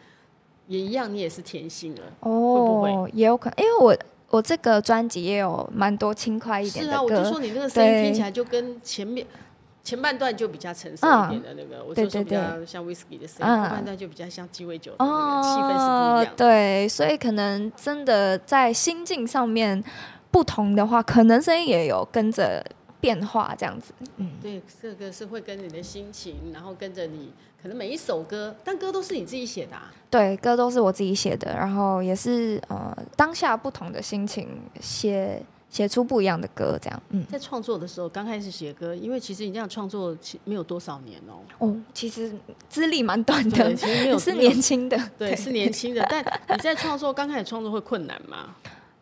Speaker 2: 也一样，你也是甜心了。
Speaker 1: 哦，
Speaker 2: 会
Speaker 1: 也有可能，因为我我这个专辑也有蛮多轻快一点
Speaker 2: 是
Speaker 1: 的
Speaker 2: 啊，我
Speaker 1: 歌。
Speaker 2: 就说你那个声音
Speaker 1: 对
Speaker 2: 听起来就跟前面前半段就比较成熟一点的那个，我就
Speaker 1: 嗯对对
Speaker 2: 说比较像 whisky 的声音，
Speaker 1: 嗯哦
Speaker 2: 后半段就比较像鸡尾酒的那个气氛是不一样的。
Speaker 1: 对，所以可能真的在心境上面不同的话，可能声音也有跟着变化这样子。
Speaker 2: 对，这个是会跟你的心情，然后跟着你，可能每一首歌，但歌都是你自己写的、啊，
Speaker 1: 对，歌都是我自己写的，然后也是呃当下不同的心情写写出不一样的歌这样。嗯，
Speaker 2: 在创作的时候，刚开始写歌，因为其实你这样创作其没有多少年哦、
Speaker 1: 哦，其实资历蛮短
Speaker 2: 对，
Speaker 1: 的，
Speaker 2: 其实没 有
Speaker 1: 是
Speaker 2: 没有
Speaker 1: 年轻的，
Speaker 2: 对，是年轻的，但你在创作刚开始创作会困难吗？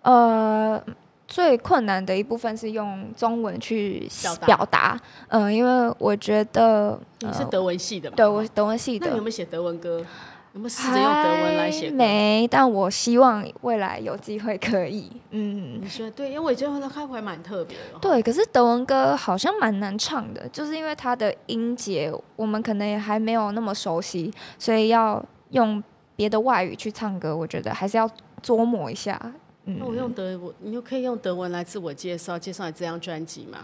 Speaker 1: 呃，最困难的一部分是用中文去
Speaker 2: 表达
Speaker 1: 表达，嗯、因为我觉得、
Speaker 2: 你是
Speaker 1: 呃
Speaker 2: 德文系的嘛？
Speaker 1: 对
Speaker 2: 哈
Speaker 1: 我德文系
Speaker 2: 那你有
Speaker 1: 的
Speaker 2: 没有写德文歌？有没有试着用德文来写
Speaker 1: 还
Speaker 2: 歌？
Speaker 1: 没，但我希望未来有机会可以。嗯，
Speaker 2: 你觉得对？因为我觉得他开怀蛮特别的。，哦
Speaker 1: 对，可是德文歌好像蛮难唱的，就是因为它的音节我们可能也还没有那么熟悉，所以要用别的外语去唱歌，我觉得还是要琢磨一下。嗯
Speaker 2: 那，我用德文，你就可以用德文来自我介绍，介绍你这张专辑 嘛？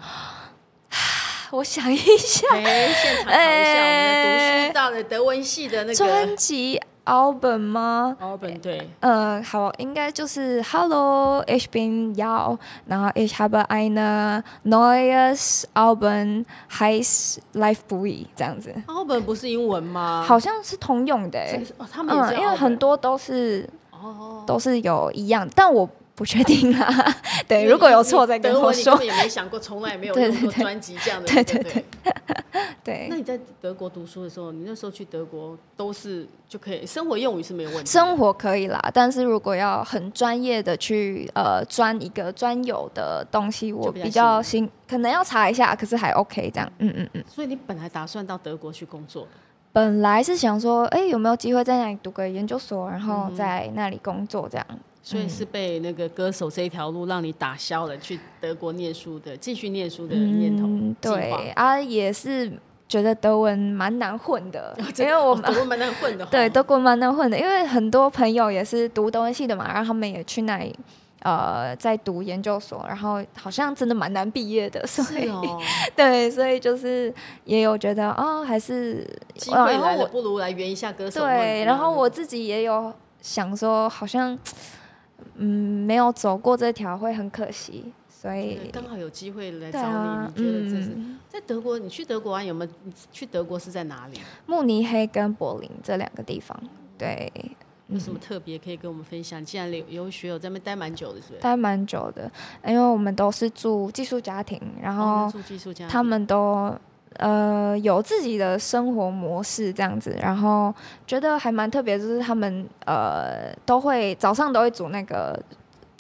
Speaker 1: 我想一下，
Speaker 2: 哎，现场考一下我们的读
Speaker 1: 哎
Speaker 2: 书到的德文系的那
Speaker 1: 专
Speaker 2: 个
Speaker 1: 辑 album 吗？
Speaker 2: 奥本，对，
Speaker 1: 呃，好，应该就是 Hello, ich bin Yao，然后 ich habe eine neues Album heißt Life Buoy 这样子，
Speaker 2: 奥本不是英文吗？
Speaker 1: 好像是通用的、欸
Speaker 2: 是，是哦，啊他们也
Speaker 1: 嗯，
Speaker 2: 是
Speaker 1: 因为很
Speaker 2: 多
Speaker 1: 多都是
Speaker 2: 哦，
Speaker 1: 都是有一样，但我不确定 啦。对，
Speaker 2: 因为
Speaker 1: 如果有
Speaker 2: 你
Speaker 1: 错再跟
Speaker 2: 德
Speaker 1: 我
Speaker 2: 文你根
Speaker 1: 说
Speaker 2: 本。也没想过，从来没有
Speaker 1: 对
Speaker 2: 用过
Speaker 1: 对对
Speaker 2: 专辑这样的，
Speaker 1: 对
Speaker 2: 对
Speaker 1: 对
Speaker 2: 对。
Speaker 1: 对
Speaker 2: 那，你在德国读书的时候，你那时候去德国都是就可以生活用语是没有问题的。
Speaker 1: 生活可以啦，但是如果要很专业的去呃钻一个专有的东西，我
Speaker 2: 就比较
Speaker 1: 比较新，可能要查一下，可是还 OK 这样。嗯嗯嗯。
Speaker 2: 所以你本来打算到德国去工作，
Speaker 1: 本来是想说，哎、有没有机会在那里读个研究所，然
Speaker 2: 嗯
Speaker 1: 后在那里工作这样？
Speaker 2: 所
Speaker 1: 嗯
Speaker 2: 以是被那个歌手这一条路让你打消了去德国念书的继续念书的念头、
Speaker 1: 嗯，
Speaker 2: 计划，
Speaker 1: 对啊，也是觉得德文蛮难混的因为我
Speaker 2: 哦
Speaker 1: 们
Speaker 2: 德国蛮难混的齁，
Speaker 1: 对，德国蛮难混的，因为很多朋友也是读德文系的嘛，然后他们也去那里呃在读研究所，然后好像真的蛮难毕业的，所以、
Speaker 2: 是哦，
Speaker 1: 对，所以就是也有觉得哦，还是
Speaker 2: 机会
Speaker 1: 然后
Speaker 2: 来了
Speaker 1: 我
Speaker 2: 不如来圆一下歌手梦
Speaker 1: 对，然后我自己也有想说，好像嗯没有走过这条会很可惜，所
Speaker 2: 对
Speaker 1: 以
Speaker 2: 刚好有机会来
Speaker 1: 对
Speaker 2: 找你，
Speaker 1: 啊，
Speaker 2: 你觉得这是、
Speaker 1: 嗯，
Speaker 2: 在德国？你去德国玩有没有？你去德国是在哪里？
Speaker 1: 慕尼黑跟柏林这两个地方，对，嗯
Speaker 2: 有什么特别可以跟我们分享？既然留留学有在那边待蛮久的，是不是？
Speaker 1: 待蛮久的，因为我们都是住寄宿家庭，然后
Speaker 2: 哦、住寄宿家
Speaker 1: 他
Speaker 2: 庭
Speaker 1: 们都呃有自己的生活模式这样子，然后觉得还蛮特别，就是他们呃都会早上都会煮那个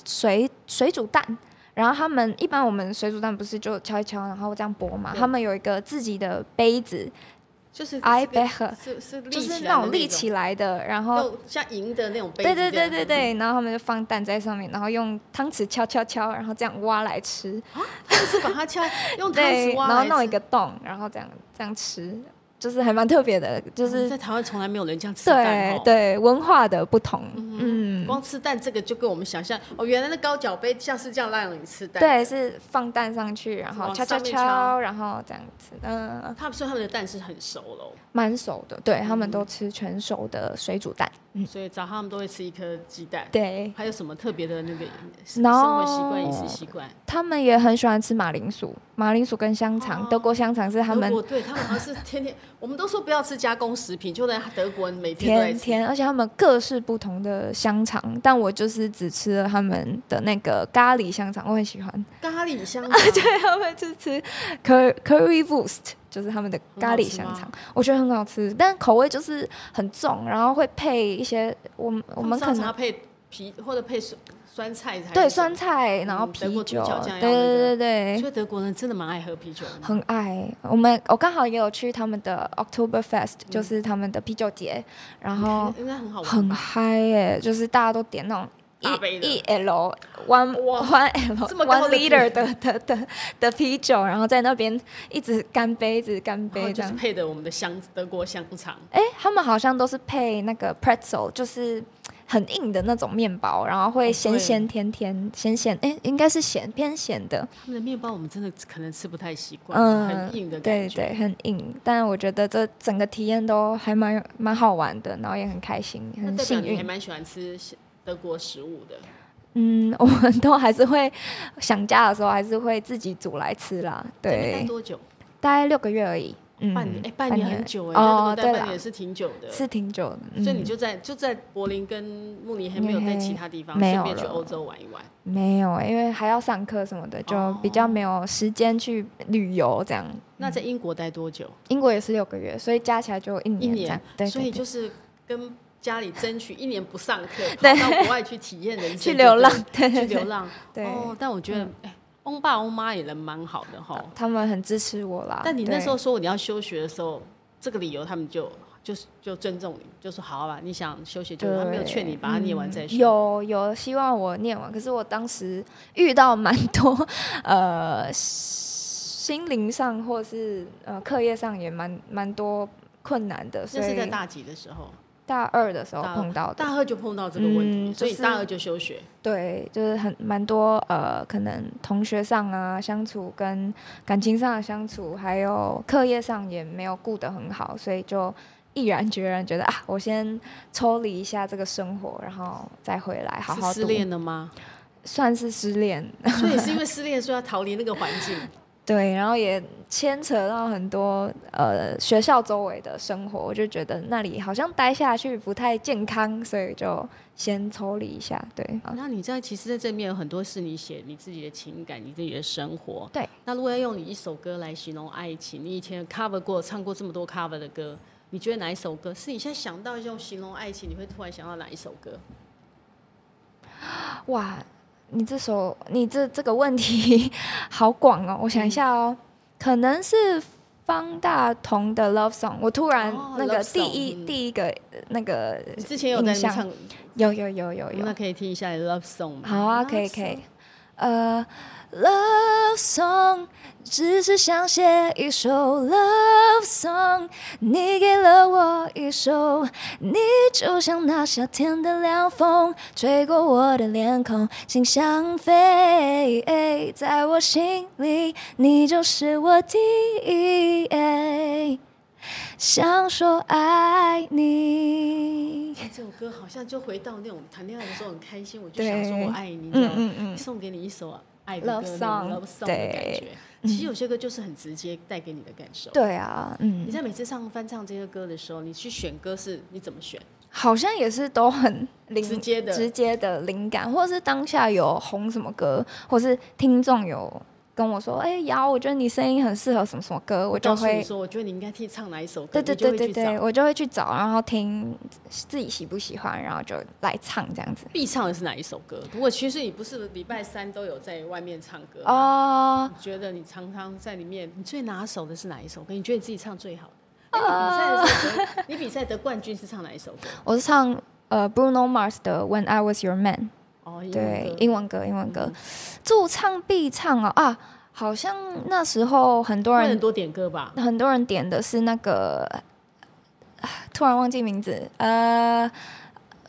Speaker 1: 水水煮蛋。然后他们一般我们水煮蛋不是就敲一敲，然后这样剥嘛？
Speaker 2: 对
Speaker 1: 他们有一个自己的杯子
Speaker 2: 就是
Speaker 1: ，I
Speaker 2: 这
Speaker 1: b
Speaker 2: 个
Speaker 1: e h
Speaker 2: 是是立
Speaker 1: 就是
Speaker 2: 起来
Speaker 1: 那
Speaker 2: 的
Speaker 1: 种立起来的，然后
Speaker 2: 用像银的那种杯子
Speaker 1: 对
Speaker 2: 这
Speaker 1: 对
Speaker 2: 样，
Speaker 1: 对对对，然后他们就放蛋在上面，然后用汤匙敲敲敲，然后这样挖来吃。
Speaker 2: 就是把 它敲，用汤
Speaker 1: 对，
Speaker 2: 匙挖
Speaker 1: 然后
Speaker 2: 来
Speaker 1: 弄
Speaker 2: 吃
Speaker 1: 一个洞，然后这样这样吃，就是还蛮特别的，就
Speaker 2: 嗯
Speaker 1: 是、
Speaker 2: 在台湾从来没有人这样吃蛋
Speaker 1: 对
Speaker 2: 哦。
Speaker 1: 对文化的不同，嗯，
Speaker 2: 光吃蛋这个就跟我们想象哦，原来的高脚杯像是这样让你吃蛋。，
Speaker 1: 对是放蛋上去，然后
Speaker 2: 往
Speaker 1: 敲
Speaker 2: 上
Speaker 1: 敲
Speaker 2: 面
Speaker 1: 敲，
Speaker 2: 敲
Speaker 1: 然后这样吃，嗯、
Speaker 2: 他们说他们的蛋是很熟喽，
Speaker 1: 蛮熟的，对他们都吃全熟的水煮蛋，
Speaker 2: 所以早上他们都会吃一颗鸡蛋。
Speaker 1: 对
Speaker 2: 还有什么特别的那个生
Speaker 1: 然
Speaker 2: 活
Speaker 1: 后
Speaker 2: 习惯、饮食习惯？
Speaker 1: 他们也很喜欢吃马铃薯，马铃薯跟香肠，
Speaker 2: 哦
Speaker 1: 德国香肠是他们
Speaker 2: 德国对他们好像是天天，我们都说不要吃加工食品，就连德国人每天都在
Speaker 1: 天
Speaker 2: 吃。
Speaker 1: 天，而且他们各式不同的香肠，但我就是只吃了他们的那个咖喱香肠，我很喜欢。
Speaker 2: 咖喱香 肠，对，
Speaker 1: 对，他们就吃 cur- curry boost，就是他们的咖喱香
Speaker 2: 很好吃
Speaker 1: 肠，我觉得很好吃，但口味就是很重，然后会配一些我们我们可能
Speaker 2: 配皮或者配酸酸菜才
Speaker 1: 对
Speaker 2: 是
Speaker 1: 酸菜，然后
Speaker 2: 嗯
Speaker 1: 啤
Speaker 2: 德国
Speaker 1: 酒，
Speaker 2: 猪脚酱
Speaker 1: 对对
Speaker 2: 要那
Speaker 1: 对
Speaker 2: 个
Speaker 1: 对
Speaker 2: 所。以德国人真的蛮爱喝啤酒的。
Speaker 1: 很爱我们，我刚好也有去他们的 October Fest，、就是他们的啤酒节，然后
Speaker 2: 应该很好玩
Speaker 1: 很
Speaker 2: 吧？
Speaker 1: 嗨耶、就是大家都点那种
Speaker 2: 大杯的
Speaker 1: 一一 L one
Speaker 2: 哇
Speaker 1: one L
Speaker 2: 这么高
Speaker 1: one
Speaker 2: 的啤
Speaker 1: liter 的的的的啤酒，然后在那边一直干杯，一直干
Speaker 2: 然后
Speaker 1: 杯这
Speaker 2: 哦就是
Speaker 1: 样。
Speaker 2: 配的我们的香德国香肠，
Speaker 1: 哎、他们好像都是配那个 pretzel，就是很硬的那种面包，然后
Speaker 2: 哦
Speaker 1: 会咸咸甜甜，咸咸哎，应该是咸偏咸的，
Speaker 2: 他们的面包我们真的可能吃不太习惯，
Speaker 1: 嗯
Speaker 2: 很硬的，感
Speaker 1: 对
Speaker 2: 觉。
Speaker 1: 对，很硬。但我觉得这整个体验都还蛮蛮好玩的，然后也很开心，
Speaker 2: 那
Speaker 1: 很
Speaker 2: 代表
Speaker 1: 幸
Speaker 2: 你还
Speaker 1: 运。
Speaker 2: 蛮喜欢吃德国食物的，
Speaker 1: 嗯，我们都还是会想家的时候，还是会自己煮来吃啦。
Speaker 2: 在那边
Speaker 1: 对
Speaker 2: 待，多久？
Speaker 1: 大概六个月而已，嗯，
Speaker 2: 半年，哎，半年很久哎，在德
Speaker 1: 哦
Speaker 2: 国，待
Speaker 1: 对
Speaker 2: 半
Speaker 1: 啦
Speaker 2: 年也是挺久的。
Speaker 1: 是挺久的。嗯、
Speaker 2: 所以你就在就在柏林跟慕尼黑没有在其他地方，
Speaker 1: 没
Speaker 2: 顺
Speaker 1: 有
Speaker 2: 便去
Speaker 1: 了
Speaker 2: 欧洲玩一玩。
Speaker 1: 没有欸，因为还要上课什么的，就
Speaker 2: 哦
Speaker 1: 比较没有时间去旅游这样。
Speaker 2: 那在英国待多久？
Speaker 1: 英国也是六个月，所以加起来就一
Speaker 2: 一
Speaker 1: 年这样
Speaker 2: 年。，
Speaker 1: 对，
Speaker 2: 所以
Speaker 1: 对对
Speaker 2: 就是跟家里争取一年不上课，跑
Speaker 1: 对
Speaker 2: 到国外去体验人生，
Speaker 1: 去流浪，对
Speaker 2: 对不对，
Speaker 1: 对
Speaker 2: 去
Speaker 1: 对
Speaker 2: 流浪。
Speaker 1: 对嗯
Speaker 2: 哦，但我觉得，哎，翁爸翁妈也人蛮好的哈。
Speaker 1: 他们很支持我啦。
Speaker 2: 但你那
Speaker 1: 啊对
Speaker 2: 时候说你要休学的时候，这个理由他们就就是就尊重你，就说好啊吧，你想休息就他没有劝你把它念完再说。
Speaker 1: 嗯有有希望我念完，可是我当时遇到蛮多呃心灵上或是呃课业上也蛮蛮多困难的，所
Speaker 2: 那是在
Speaker 1: 以
Speaker 2: 大几的时候，
Speaker 1: 大二的时候
Speaker 2: 大二
Speaker 1: 碰到的。
Speaker 2: 大二就碰到这个问题，
Speaker 1: 嗯
Speaker 2: 所以
Speaker 1: 就是
Speaker 2: 大二就休学。
Speaker 1: 对，就是很蛮多呃，可能同学上啊相处，跟感情上的相处，还有课业上也没有顾得很好，所以就毅然决然觉得啊，我先抽离一下这个生活，然后再回来好好
Speaker 2: 是失
Speaker 1: 读
Speaker 2: 恋了吗？
Speaker 1: 算是失恋，
Speaker 2: 所以是因为失恋，所以要逃离那个环境。
Speaker 1: 对，然后也牵扯到很多呃学校周围的生活，我就觉得那里好像待下去不太健康，所以就先抽离一下，对。
Speaker 2: 那你在其实，在这面有很多是你写你自己的情感，你自己的生活。
Speaker 1: 对。
Speaker 2: 那如果要用你一首歌来形容爱情，你以前 cover 过、唱过这么多 cover 的歌，你觉得哪一首歌是你现在想到用形容爱情，你会突然想到哪一首歌？
Speaker 1: 啊哇，你这首你这这个问题 好广哦，我想
Speaker 2: 嗯
Speaker 1: 一下哦，可能是方大同的 Love Song，我突然
Speaker 2: 哦
Speaker 1: 那个
Speaker 2: Love
Speaker 1: 第一、
Speaker 2: Song，嗯
Speaker 1: 第一个呃那个
Speaker 2: 你之前有在那边
Speaker 1: 印象
Speaker 2: 唱，
Speaker 1: 有有有有有
Speaker 2: 那，可以听一下 Love Song 吗？
Speaker 1: 好啊，
Speaker 2: Love
Speaker 1: 可以可
Speaker 2: Song
Speaker 1: 以。呃，love song 只是想写一首 love song，你给了我一首，你就像那夏天的凉风，吹过我的脸孔，心想飞，在我心里，你就是我第一，想说爱你。
Speaker 2: 哎这首歌好像就回到那种谈恋爱的时候很开心，我就想说
Speaker 1: 对
Speaker 2: 我爱你，你知道
Speaker 1: 嗯
Speaker 2: 吗
Speaker 1: 嗯嗯，
Speaker 2: 送给你一首爱的
Speaker 1: Love
Speaker 2: 歌那种
Speaker 1: song，
Speaker 2: love song 的感觉
Speaker 1: 对。
Speaker 2: 其实有些歌就是很直接带给你的感受。
Speaker 1: 对啊，嗯
Speaker 2: 你。在每次唱翻唱这些歌的时候，你去选歌是你怎么选？
Speaker 1: 好像也是都很灵
Speaker 2: 直接的
Speaker 1: 直接的灵感，或者是当下有红什么歌，或是听众有跟我说，哎、瑶，我觉得你声音很适合什么什么歌，我就
Speaker 2: 告诉你
Speaker 1: 会，
Speaker 2: 说，我觉得你应该替唱哪一首歌，
Speaker 1: 对
Speaker 2: 你
Speaker 1: 对
Speaker 2: 就
Speaker 1: 对
Speaker 2: 会
Speaker 1: 对
Speaker 2: 去
Speaker 1: 对，
Speaker 2: 找。
Speaker 1: 我就会去找，然后听自己喜不喜欢，然后就来唱这样子。
Speaker 2: 必唱的是哪一首歌？不过其实你不是礼拜三都有在外面唱歌吗
Speaker 1: 哦，
Speaker 2: 你觉得你常常在里面，你最拿手的是哪一首歌？你觉得你自己唱最好的？哎
Speaker 1: 哦
Speaker 2: 你比赛的时候，你比赛得冠军是唱哪一首歌？
Speaker 1: 我是唱呃 Bruno Mars 的《When I Was Your Man》。
Speaker 2: 哦，英文
Speaker 1: 对
Speaker 2: 歌，
Speaker 1: 英文歌，英文
Speaker 2: 嗯
Speaker 1: 歌，驻唱必唱哦啊，好像那时候很多
Speaker 2: 会
Speaker 1: 人
Speaker 2: 很多点歌吧？
Speaker 1: 很多人点的是那个，啊突然忘记名字，呃，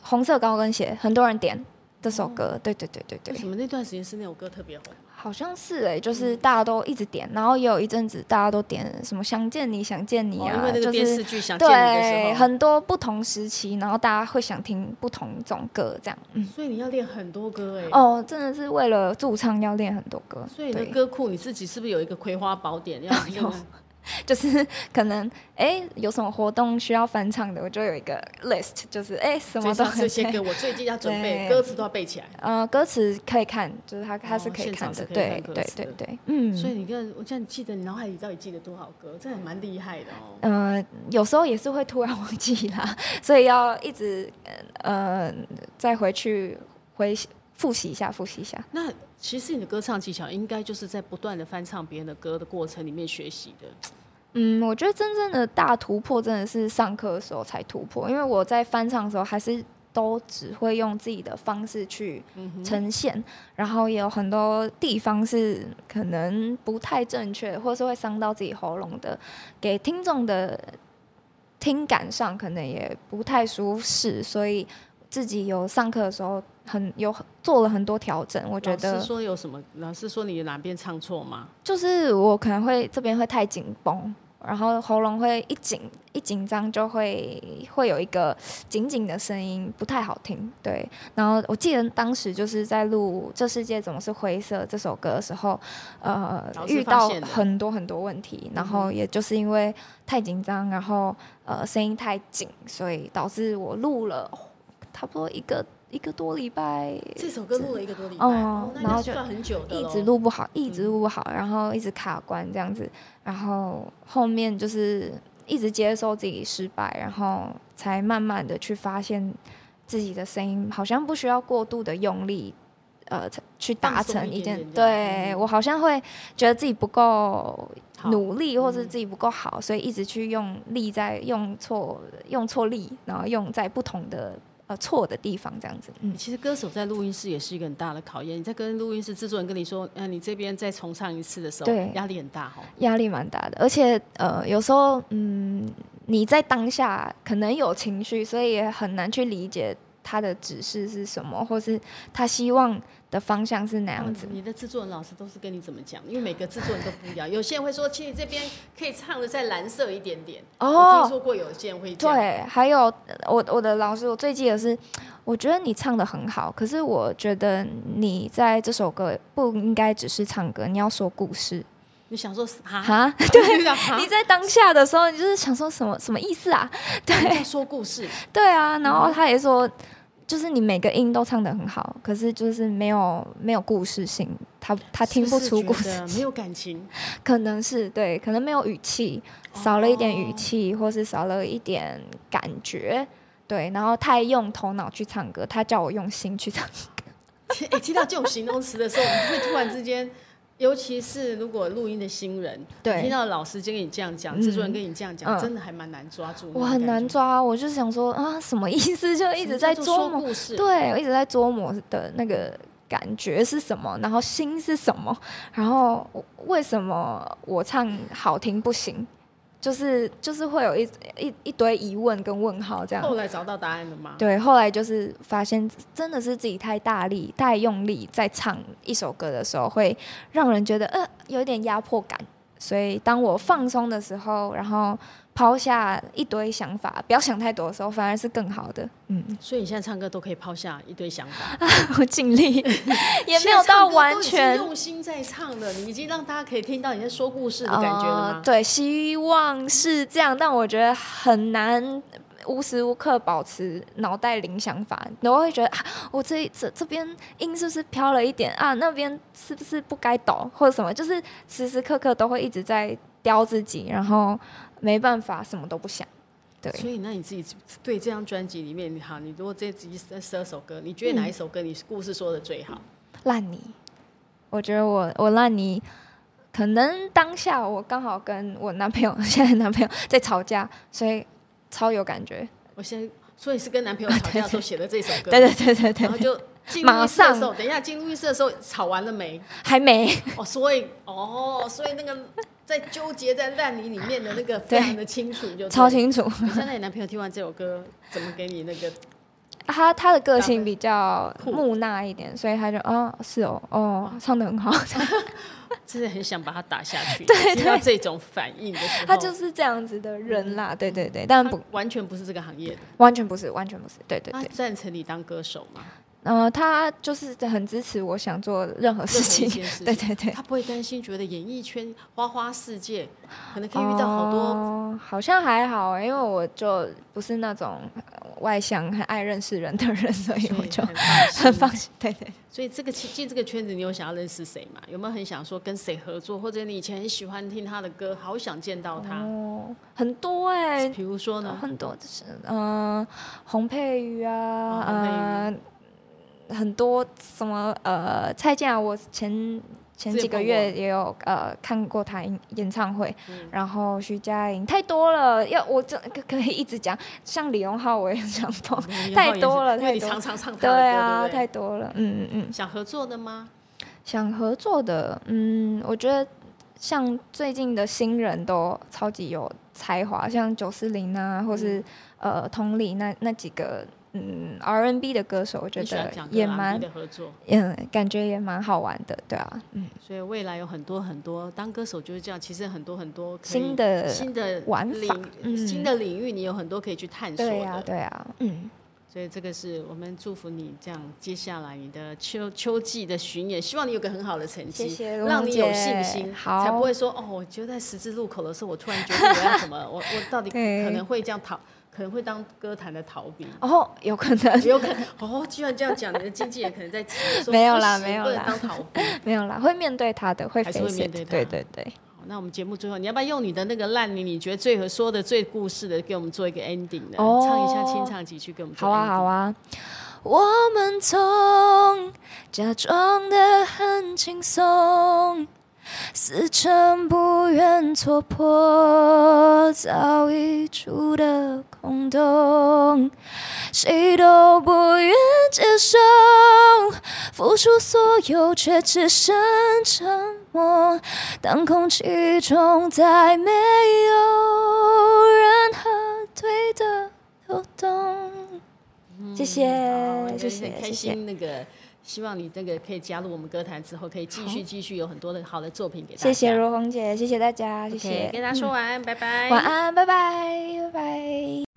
Speaker 1: 红色高跟鞋，很多人点这首歌，对对对对
Speaker 2: 嗯为什
Speaker 1: 对，
Speaker 2: 么嗯那段时间是那首歌特别红？
Speaker 1: 好像是哎、就是大家都一直点，然后也有一阵子大家都点什么想见你想见你
Speaker 2: 哦，
Speaker 1: 啊，
Speaker 2: 因为那个
Speaker 1: 就
Speaker 2: 电视
Speaker 1: 是
Speaker 2: 剧想见你的时
Speaker 1: 对
Speaker 2: 候，
Speaker 1: 很多不同时期，然后大家会想听不同种歌这样，嗯，
Speaker 2: 所以你要练很多歌哎、
Speaker 1: 哦，真的是为了驻唱要练很多歌，
Speaker 2: 所以你的
Speaker 1: 对
Speaker 2: 歌库你自己是不是有一个葵花宝典？ 要
Speaker 1: 有
Speaker 2: 用啊
Speaker 1: 就是可能哎、有什么活动需要翻唱的，我就有一个 list，就是哎、什么都
Speaker 2: 这
Speaker 1: 很
Speaker 2: 这些歌我最近要准备，
Speaker 1: 对
Speaker 2: 歌词都要背起来。
Speaker 1: 呃，歌词可以看，就是它它
Speaker 2: 哦
Speaker 1: 是可以
Speaker 2: 现场
Speaker 1: 看
Speaker 2: 是
Speaker 1: 的，
Speaker 2: 可以看
Speaker 1: 对
Speaker 2: 歌
Speaker 1: 对
Speaker 2: 词
Speaker 1: 对
Speaker 2: 的
Speaker 1: 对，嗯，
Speaker 2: 所以你看，我这样记得你脑海里到底记得多少歌，这还蛮厉害的哦。
Speaker 1: 呃，有时候也是会突然忘记啦， 所以要一直呃再回去回复习一下，复习一下。
Speaker 2: 那其实你的歌唱技巧应该就是在不断的翻唱别人的歌的过程里面学习的。
Speaker 1: 嗯，我觉得真正的大突破真的是上课的时候才突破，因为我在翻唱的时候还是都只会用自己的方式去
Speaker 2: 嗯哼，
Speaker 1: 呈现，然后也有很多地方是可能不太正确，或是会伤到自己喉咙的，给听众的听感上可能也不太舒适，所以自己有上课的时候很有做了很多调整，我觉
Speaker 2: 老
Speaker 1: 得嗯
Speaker 2: 师说有什么？老师说你哪边唱错吗？
Speaker 1: 就是我可能会这边会太紧绷，然后喉咙会一紧一紧张就会会有一个紧紧的声音，不太好听。对，然后我记得当时就是在录《这世界总是灰色》这首歌的时候，呃
Speaker 2: 老，师
Speaker 1: 遇
Speaker 2: 发
Speaker 1: 到
Speaker 2: 现的
Speaker 1: 很多很多问题，然后也就是因为太紧张，然后呃声音太紧，所以导致我录了哦差不多一个一个多礼拜，
Speaker 2: 这首歌录了一个多礼拜，
Speaker 1: 哦
Speaker 2: 哦，那
Speaker 1: 然后
Speaker 2: 就
Speaker 1: 就
Speaker 2: 算很久的
Speaker 1: 一
Speaker 2: 咯嗯
Speaker 1: 直录不好，一直录不好，然后一直卡关这样子，然后后面就是一直接受自己失败，然后才慢慢的去发现自己的声音好像不需要过度的用力，呃去达
Speaker 2: 放松
Speaker 1: 成
Speaker 2: 一
Speaker 1: 一
Speaker 2: 点
Speaker 1: 件，
Speaker 2: 点
Speaker 1: 对、
Speaker 2: 嗯
Speaker 1: 我好像会觉得自己不够
Speaker 2: 好
Speaker 1: 努力，或是
Speaker 2: 嗯
Speaker 1: 自己不够好，所以一直去用力在用错用错力，然后用在不同的呃错的地方这样子，嗯，
Speaker 2: 其实歌手在录音室也是一个很大的考验。你在跟录音室制作人跟你说，嗯、你这边再重唱一次的时候，
Speaker 1: 对
Speaker 2: 压力很大哦。
Speaker 1: 压力蛮大的，而且呃有时候嗯你在当下可能有情绪，所以也很难去理解他的指示是什么，或是他希望的方向是哪样子。
Speaker 2: 嗯你的制作人老师都是跟你怎么讲？因为每个制作人都不一样，有些人会说，请你这边可以唱的再蓝色一点点。
Speaker 1: 哦
Speaker 2: 我听说过有些人会这样。
Speaker 1: 对，还有呃我我的老师，我最记得是，我觉得你唱的很好，可是我觉得你在这首歌不应该只是唱歌，你要说故事
Speaker 2: 你想说啊？
Speaker 1: 哈。
Speaker 2: 对，你想
Speaker 1: 你
Speaker 2: 啊
Speaker 1: 在当下的时候，你就是想说什么什么意思啊？
Speaker 2: 你
Speaker 1: 对
Speaker 2: 在说故事，
Speaker 1: 对啊，然后他也说，就是你每个音都唱的很好，可是就是没有没有故事性，他 他听不
Speaker 2: 是
Speaker 1: 出
Speaker 2: 觉
Speaker 1: 故事，
Speaker 2: 得没有感情，
Speaker 1: 可能是对，可能没有语气，少了一点语气，或是少了一点感觉，对，然后太用头脑去唱歌，他叫我用心去唱，
Speaker 2: 哎、欸，听到这种形容词的时候，你会突然之间，尤其是如果录音的新人，
Speaker 1: 对
Speaker 2: 你听到老师就跟你这样讲，制作人跟你这样讲，真的还蛮难抓住。
Speaker 1: 我很难，抓，我就是想说啊，什么意思？就一直在
Speaker 2: 说
Speaker 1: 琢磨，
Speaker 2: 故事，
Speaker 1: 对，我一直在琢磨的那个感觉是什么，然后心是什么，然后我为什么我唱好听不行？就是就是会有一一一堆疑问跟问号这样。
Speaker 2: 后来找到答案了吗？
Speaker 1: 啊对，后来就是发现真的是自己太大力、太用力，在唱一首歌的时候，会让人觉得呃有一点压迫感。所以当我放松的时候，然后抛下一堆想法，不要想太多的时候，反而是更好的。嗯，
Speaker 2: 所以你现在唱歌都可以抛下一堆想法，
Speaker 1: 我尽 力，也没有到完
Speaker 2: 现在唱歌都已
Speaker 1: 全
Speaker 2: 经用心在唱了，你已经让大家可以听到你在说故事的感觉了
Speaker 1: 呃
Speaker 2: 吗？
Speaker 1: 对，希望是这样，但我觉得很难。无时无刻保持脑袋零想法，然后会觉得啊，我这这这边音是不是飘了一点啊？那边是不是不该抖或者什么？就是时时刻刻都会一直在雕自己，然后没办法什么都不想。对，
Speaker 2: 所以，那你自己对这张专辑里面，好，你如果这集十二首歌，你觉得哪一首歌你故事说的最好？
Speaker 1: 嗯烂泥，我觉得我我烂泥，可能当下我刚好跟我男朋友现在男朋友在吵架，所以超有感觉。
Speaker 2: 我先，所以是跟男朋友吵架的时候写的这首歌，
Speaker 1: 对对对对对
Speaker 2: 然后，就进录
Speaker 1: 马
Speaker 2: 音室的
Speaker 1: 上
Speaker 2: 时候，等一下进录音室的时候吵完 了没？
Speaker 1: 还没。
Speaker 2: 哦，所以哦，所以那个在纠结在烂泥里面的那个非
Speaker 1: 对
Speaker 2: 常的清楚，就
Speaker 1: 超
Speaker 2: 对了。
Speaker 1: 清楚。
Speaker 2: 你现在你男朋友听完这首歌，怎么给你那个？
Speaker 1: 他他的个性比较木讷一点，所以他就哦是哦哦唱的很 好，
Speaker 2: 真的很想把他打下 去。对听到这种反应的时候，
Speaker 1: 他就是这样子的人啦，对对对，但
Speaker 2: 嗯他
Speaker 1: 不
Speaker 2: 完全不是这个行业的。
Speaker 1: 完全不是，完全不是，对对
Speaker 2: 他
Speaker 1: 对，
Speaker 2: 赞成你当歌手吗？
Speaker 1: 呃，他就是很支持我想做任 何事情
Speaker 2: 任何一件事，情
Speaker 1: 对对对，
Speaker 2: 他不会担心觉得演艺圈花花世界，可能可以遇到好多
Speaker 1: 哦好像还好，欸因为我就不是那种呃外向、很爱认识人的人，所以
Speaker 2: 所以
Speaker 1: 我就
Speaker 2: 很
Speaker 1: 很
Speaker 2: 放心
Speaker 1: 放心， 对对。
Speaker 2: 所以这个进进这个圈子，你有想要认识谁吗？有没有很想说跟谁合作，或者你以前很喜欢听他的歌，好想见到他？
Speaker 1: 哦，很多哎，
Speaker 2: 比如说呢，
Speaker 1: 很多就是嗯、呃洪佩瑜啊，
Speaker 2: 哦洪佩
Speaker 1: 嗯，很多什么呃，蔡健雅，我前前
Speaker 2: 之前
Speaker 1: 几个
Speaker 2: 碰
Speaker 1: 月
Speaker 2: 过
Speaker 1: 也有呃看过她演演唱会，
Speaker 2: 嗯
Speaker 1: 然后徐佳莹太多了，要我这可可以一直讲，像李荣浩我也想碰，太多了
Speaker 2: 因为 你
Speaker 1: 太多
Speaker 2: 常常唱他
Speaker 1: 对
Speaker 2: 的歌，
Speaker 1: 啊，
Speaker 2: 对
Speaker 1: 太
Speaker 2: 不
Speaker 1: 多了，嗯嗯嗯
Speaker 2: 对？，想合作的吗？
Speaker 1: 想合作的，嗯，我觉得像最近的新人都超级有才华，像九四零啊，或是、呃同理那那几个嗯 R N B 的歌手，我觉
Speaker 2: 你喜欢
Speaker 1: 得
Speaker 2: 讲
Speaker 1: 也
Speaker 2: 跟阿
Speaker 1: 蛮
Speaker 2: 咪的合作，
Speaker 1: 嗯，感觉也蛮好玩的，对啊，嗯，
Speaker 2: 啊所以未来有很多很多当歌手就是这样，其实很多很多可以
Speaker 1: 新的
Speaker 2: 新的
Speaker 1: 玩法
Speaker 2: 领、
Speaker 1: 嗯
Speaker 2: 新的领域，你有很多可以去探索
Speaker 1: 对呀、
Speaker 2: 的。
Speaker 1: 对呀、嗯，
Speaker 2: 所以这个是我们祝福你，这样接下来你的秋秋季的巡演，希望你有个很好的成绩，
Speaker 1: 谢谢罗
Speaker 2: 让你有
Speaker 1: 姐
Speaker 2: 信心，
Speaker 1: 好
Speaker 2: 才不会说哦，我就在十字路口的时候，我突然觉得我要怎 么，我我到底可
Speaker 1: 对
Speaker 2: 能会这样逃，可能会当歌坛的逃兵。
Speaker 1: 然、后哦有可能
Speaker 2: 有可能哦，居然这样讲，你的经纪人可能在急说
Speaker 1: 没有啦
Speaker 2: 不行
Speaker 1: 没有
Speaker 2: 不能
Speaker 1: 啦
Speaker 2: 当逃兵。
Speaker 1: 没有啦，会面对他的，会
Speaker 2: 还是会
Speaker 1: face
Speaker 2: 面
Speaker 1: it，
Speaker 2: 对他
Speaker 1: 对对对，
Speaker 2: 好那我们节目最后，你要不要用你的那个烂泥，你觉得最合说的最故事的，给我们做一个 ending 呢？
Speaker 1: 哦
Speaker 2: 唱一下清唱几句给我们做
Speaker 1: 好啊
Speaker 2: ending
Speaker 1: 好，啊，我们从假装的很轻松，死撑不愿戳破早已出的空洞，谁都不愿接受，付出所有却只剩沉默。当空气中再没有任何对的流动，谢谢
Speaker 2: 好，
Speaker 1: 谢谢
Speaker 2: 很，开
Speaker 1: 谢谢。
Speaker 2: 心那个。希望你这个可以加入我们歌坛之后，可以继续继续有很多的好的作品给大家。
Speaker 1: 谢谢若红姐，谢谢大家，谢嗯
Speaker 2: OK，
Speaker 1: 谢。
Speaker 2: 跟大家说晚安，拜拜。
Speaker 1: 晚安，拜拜，拜拜。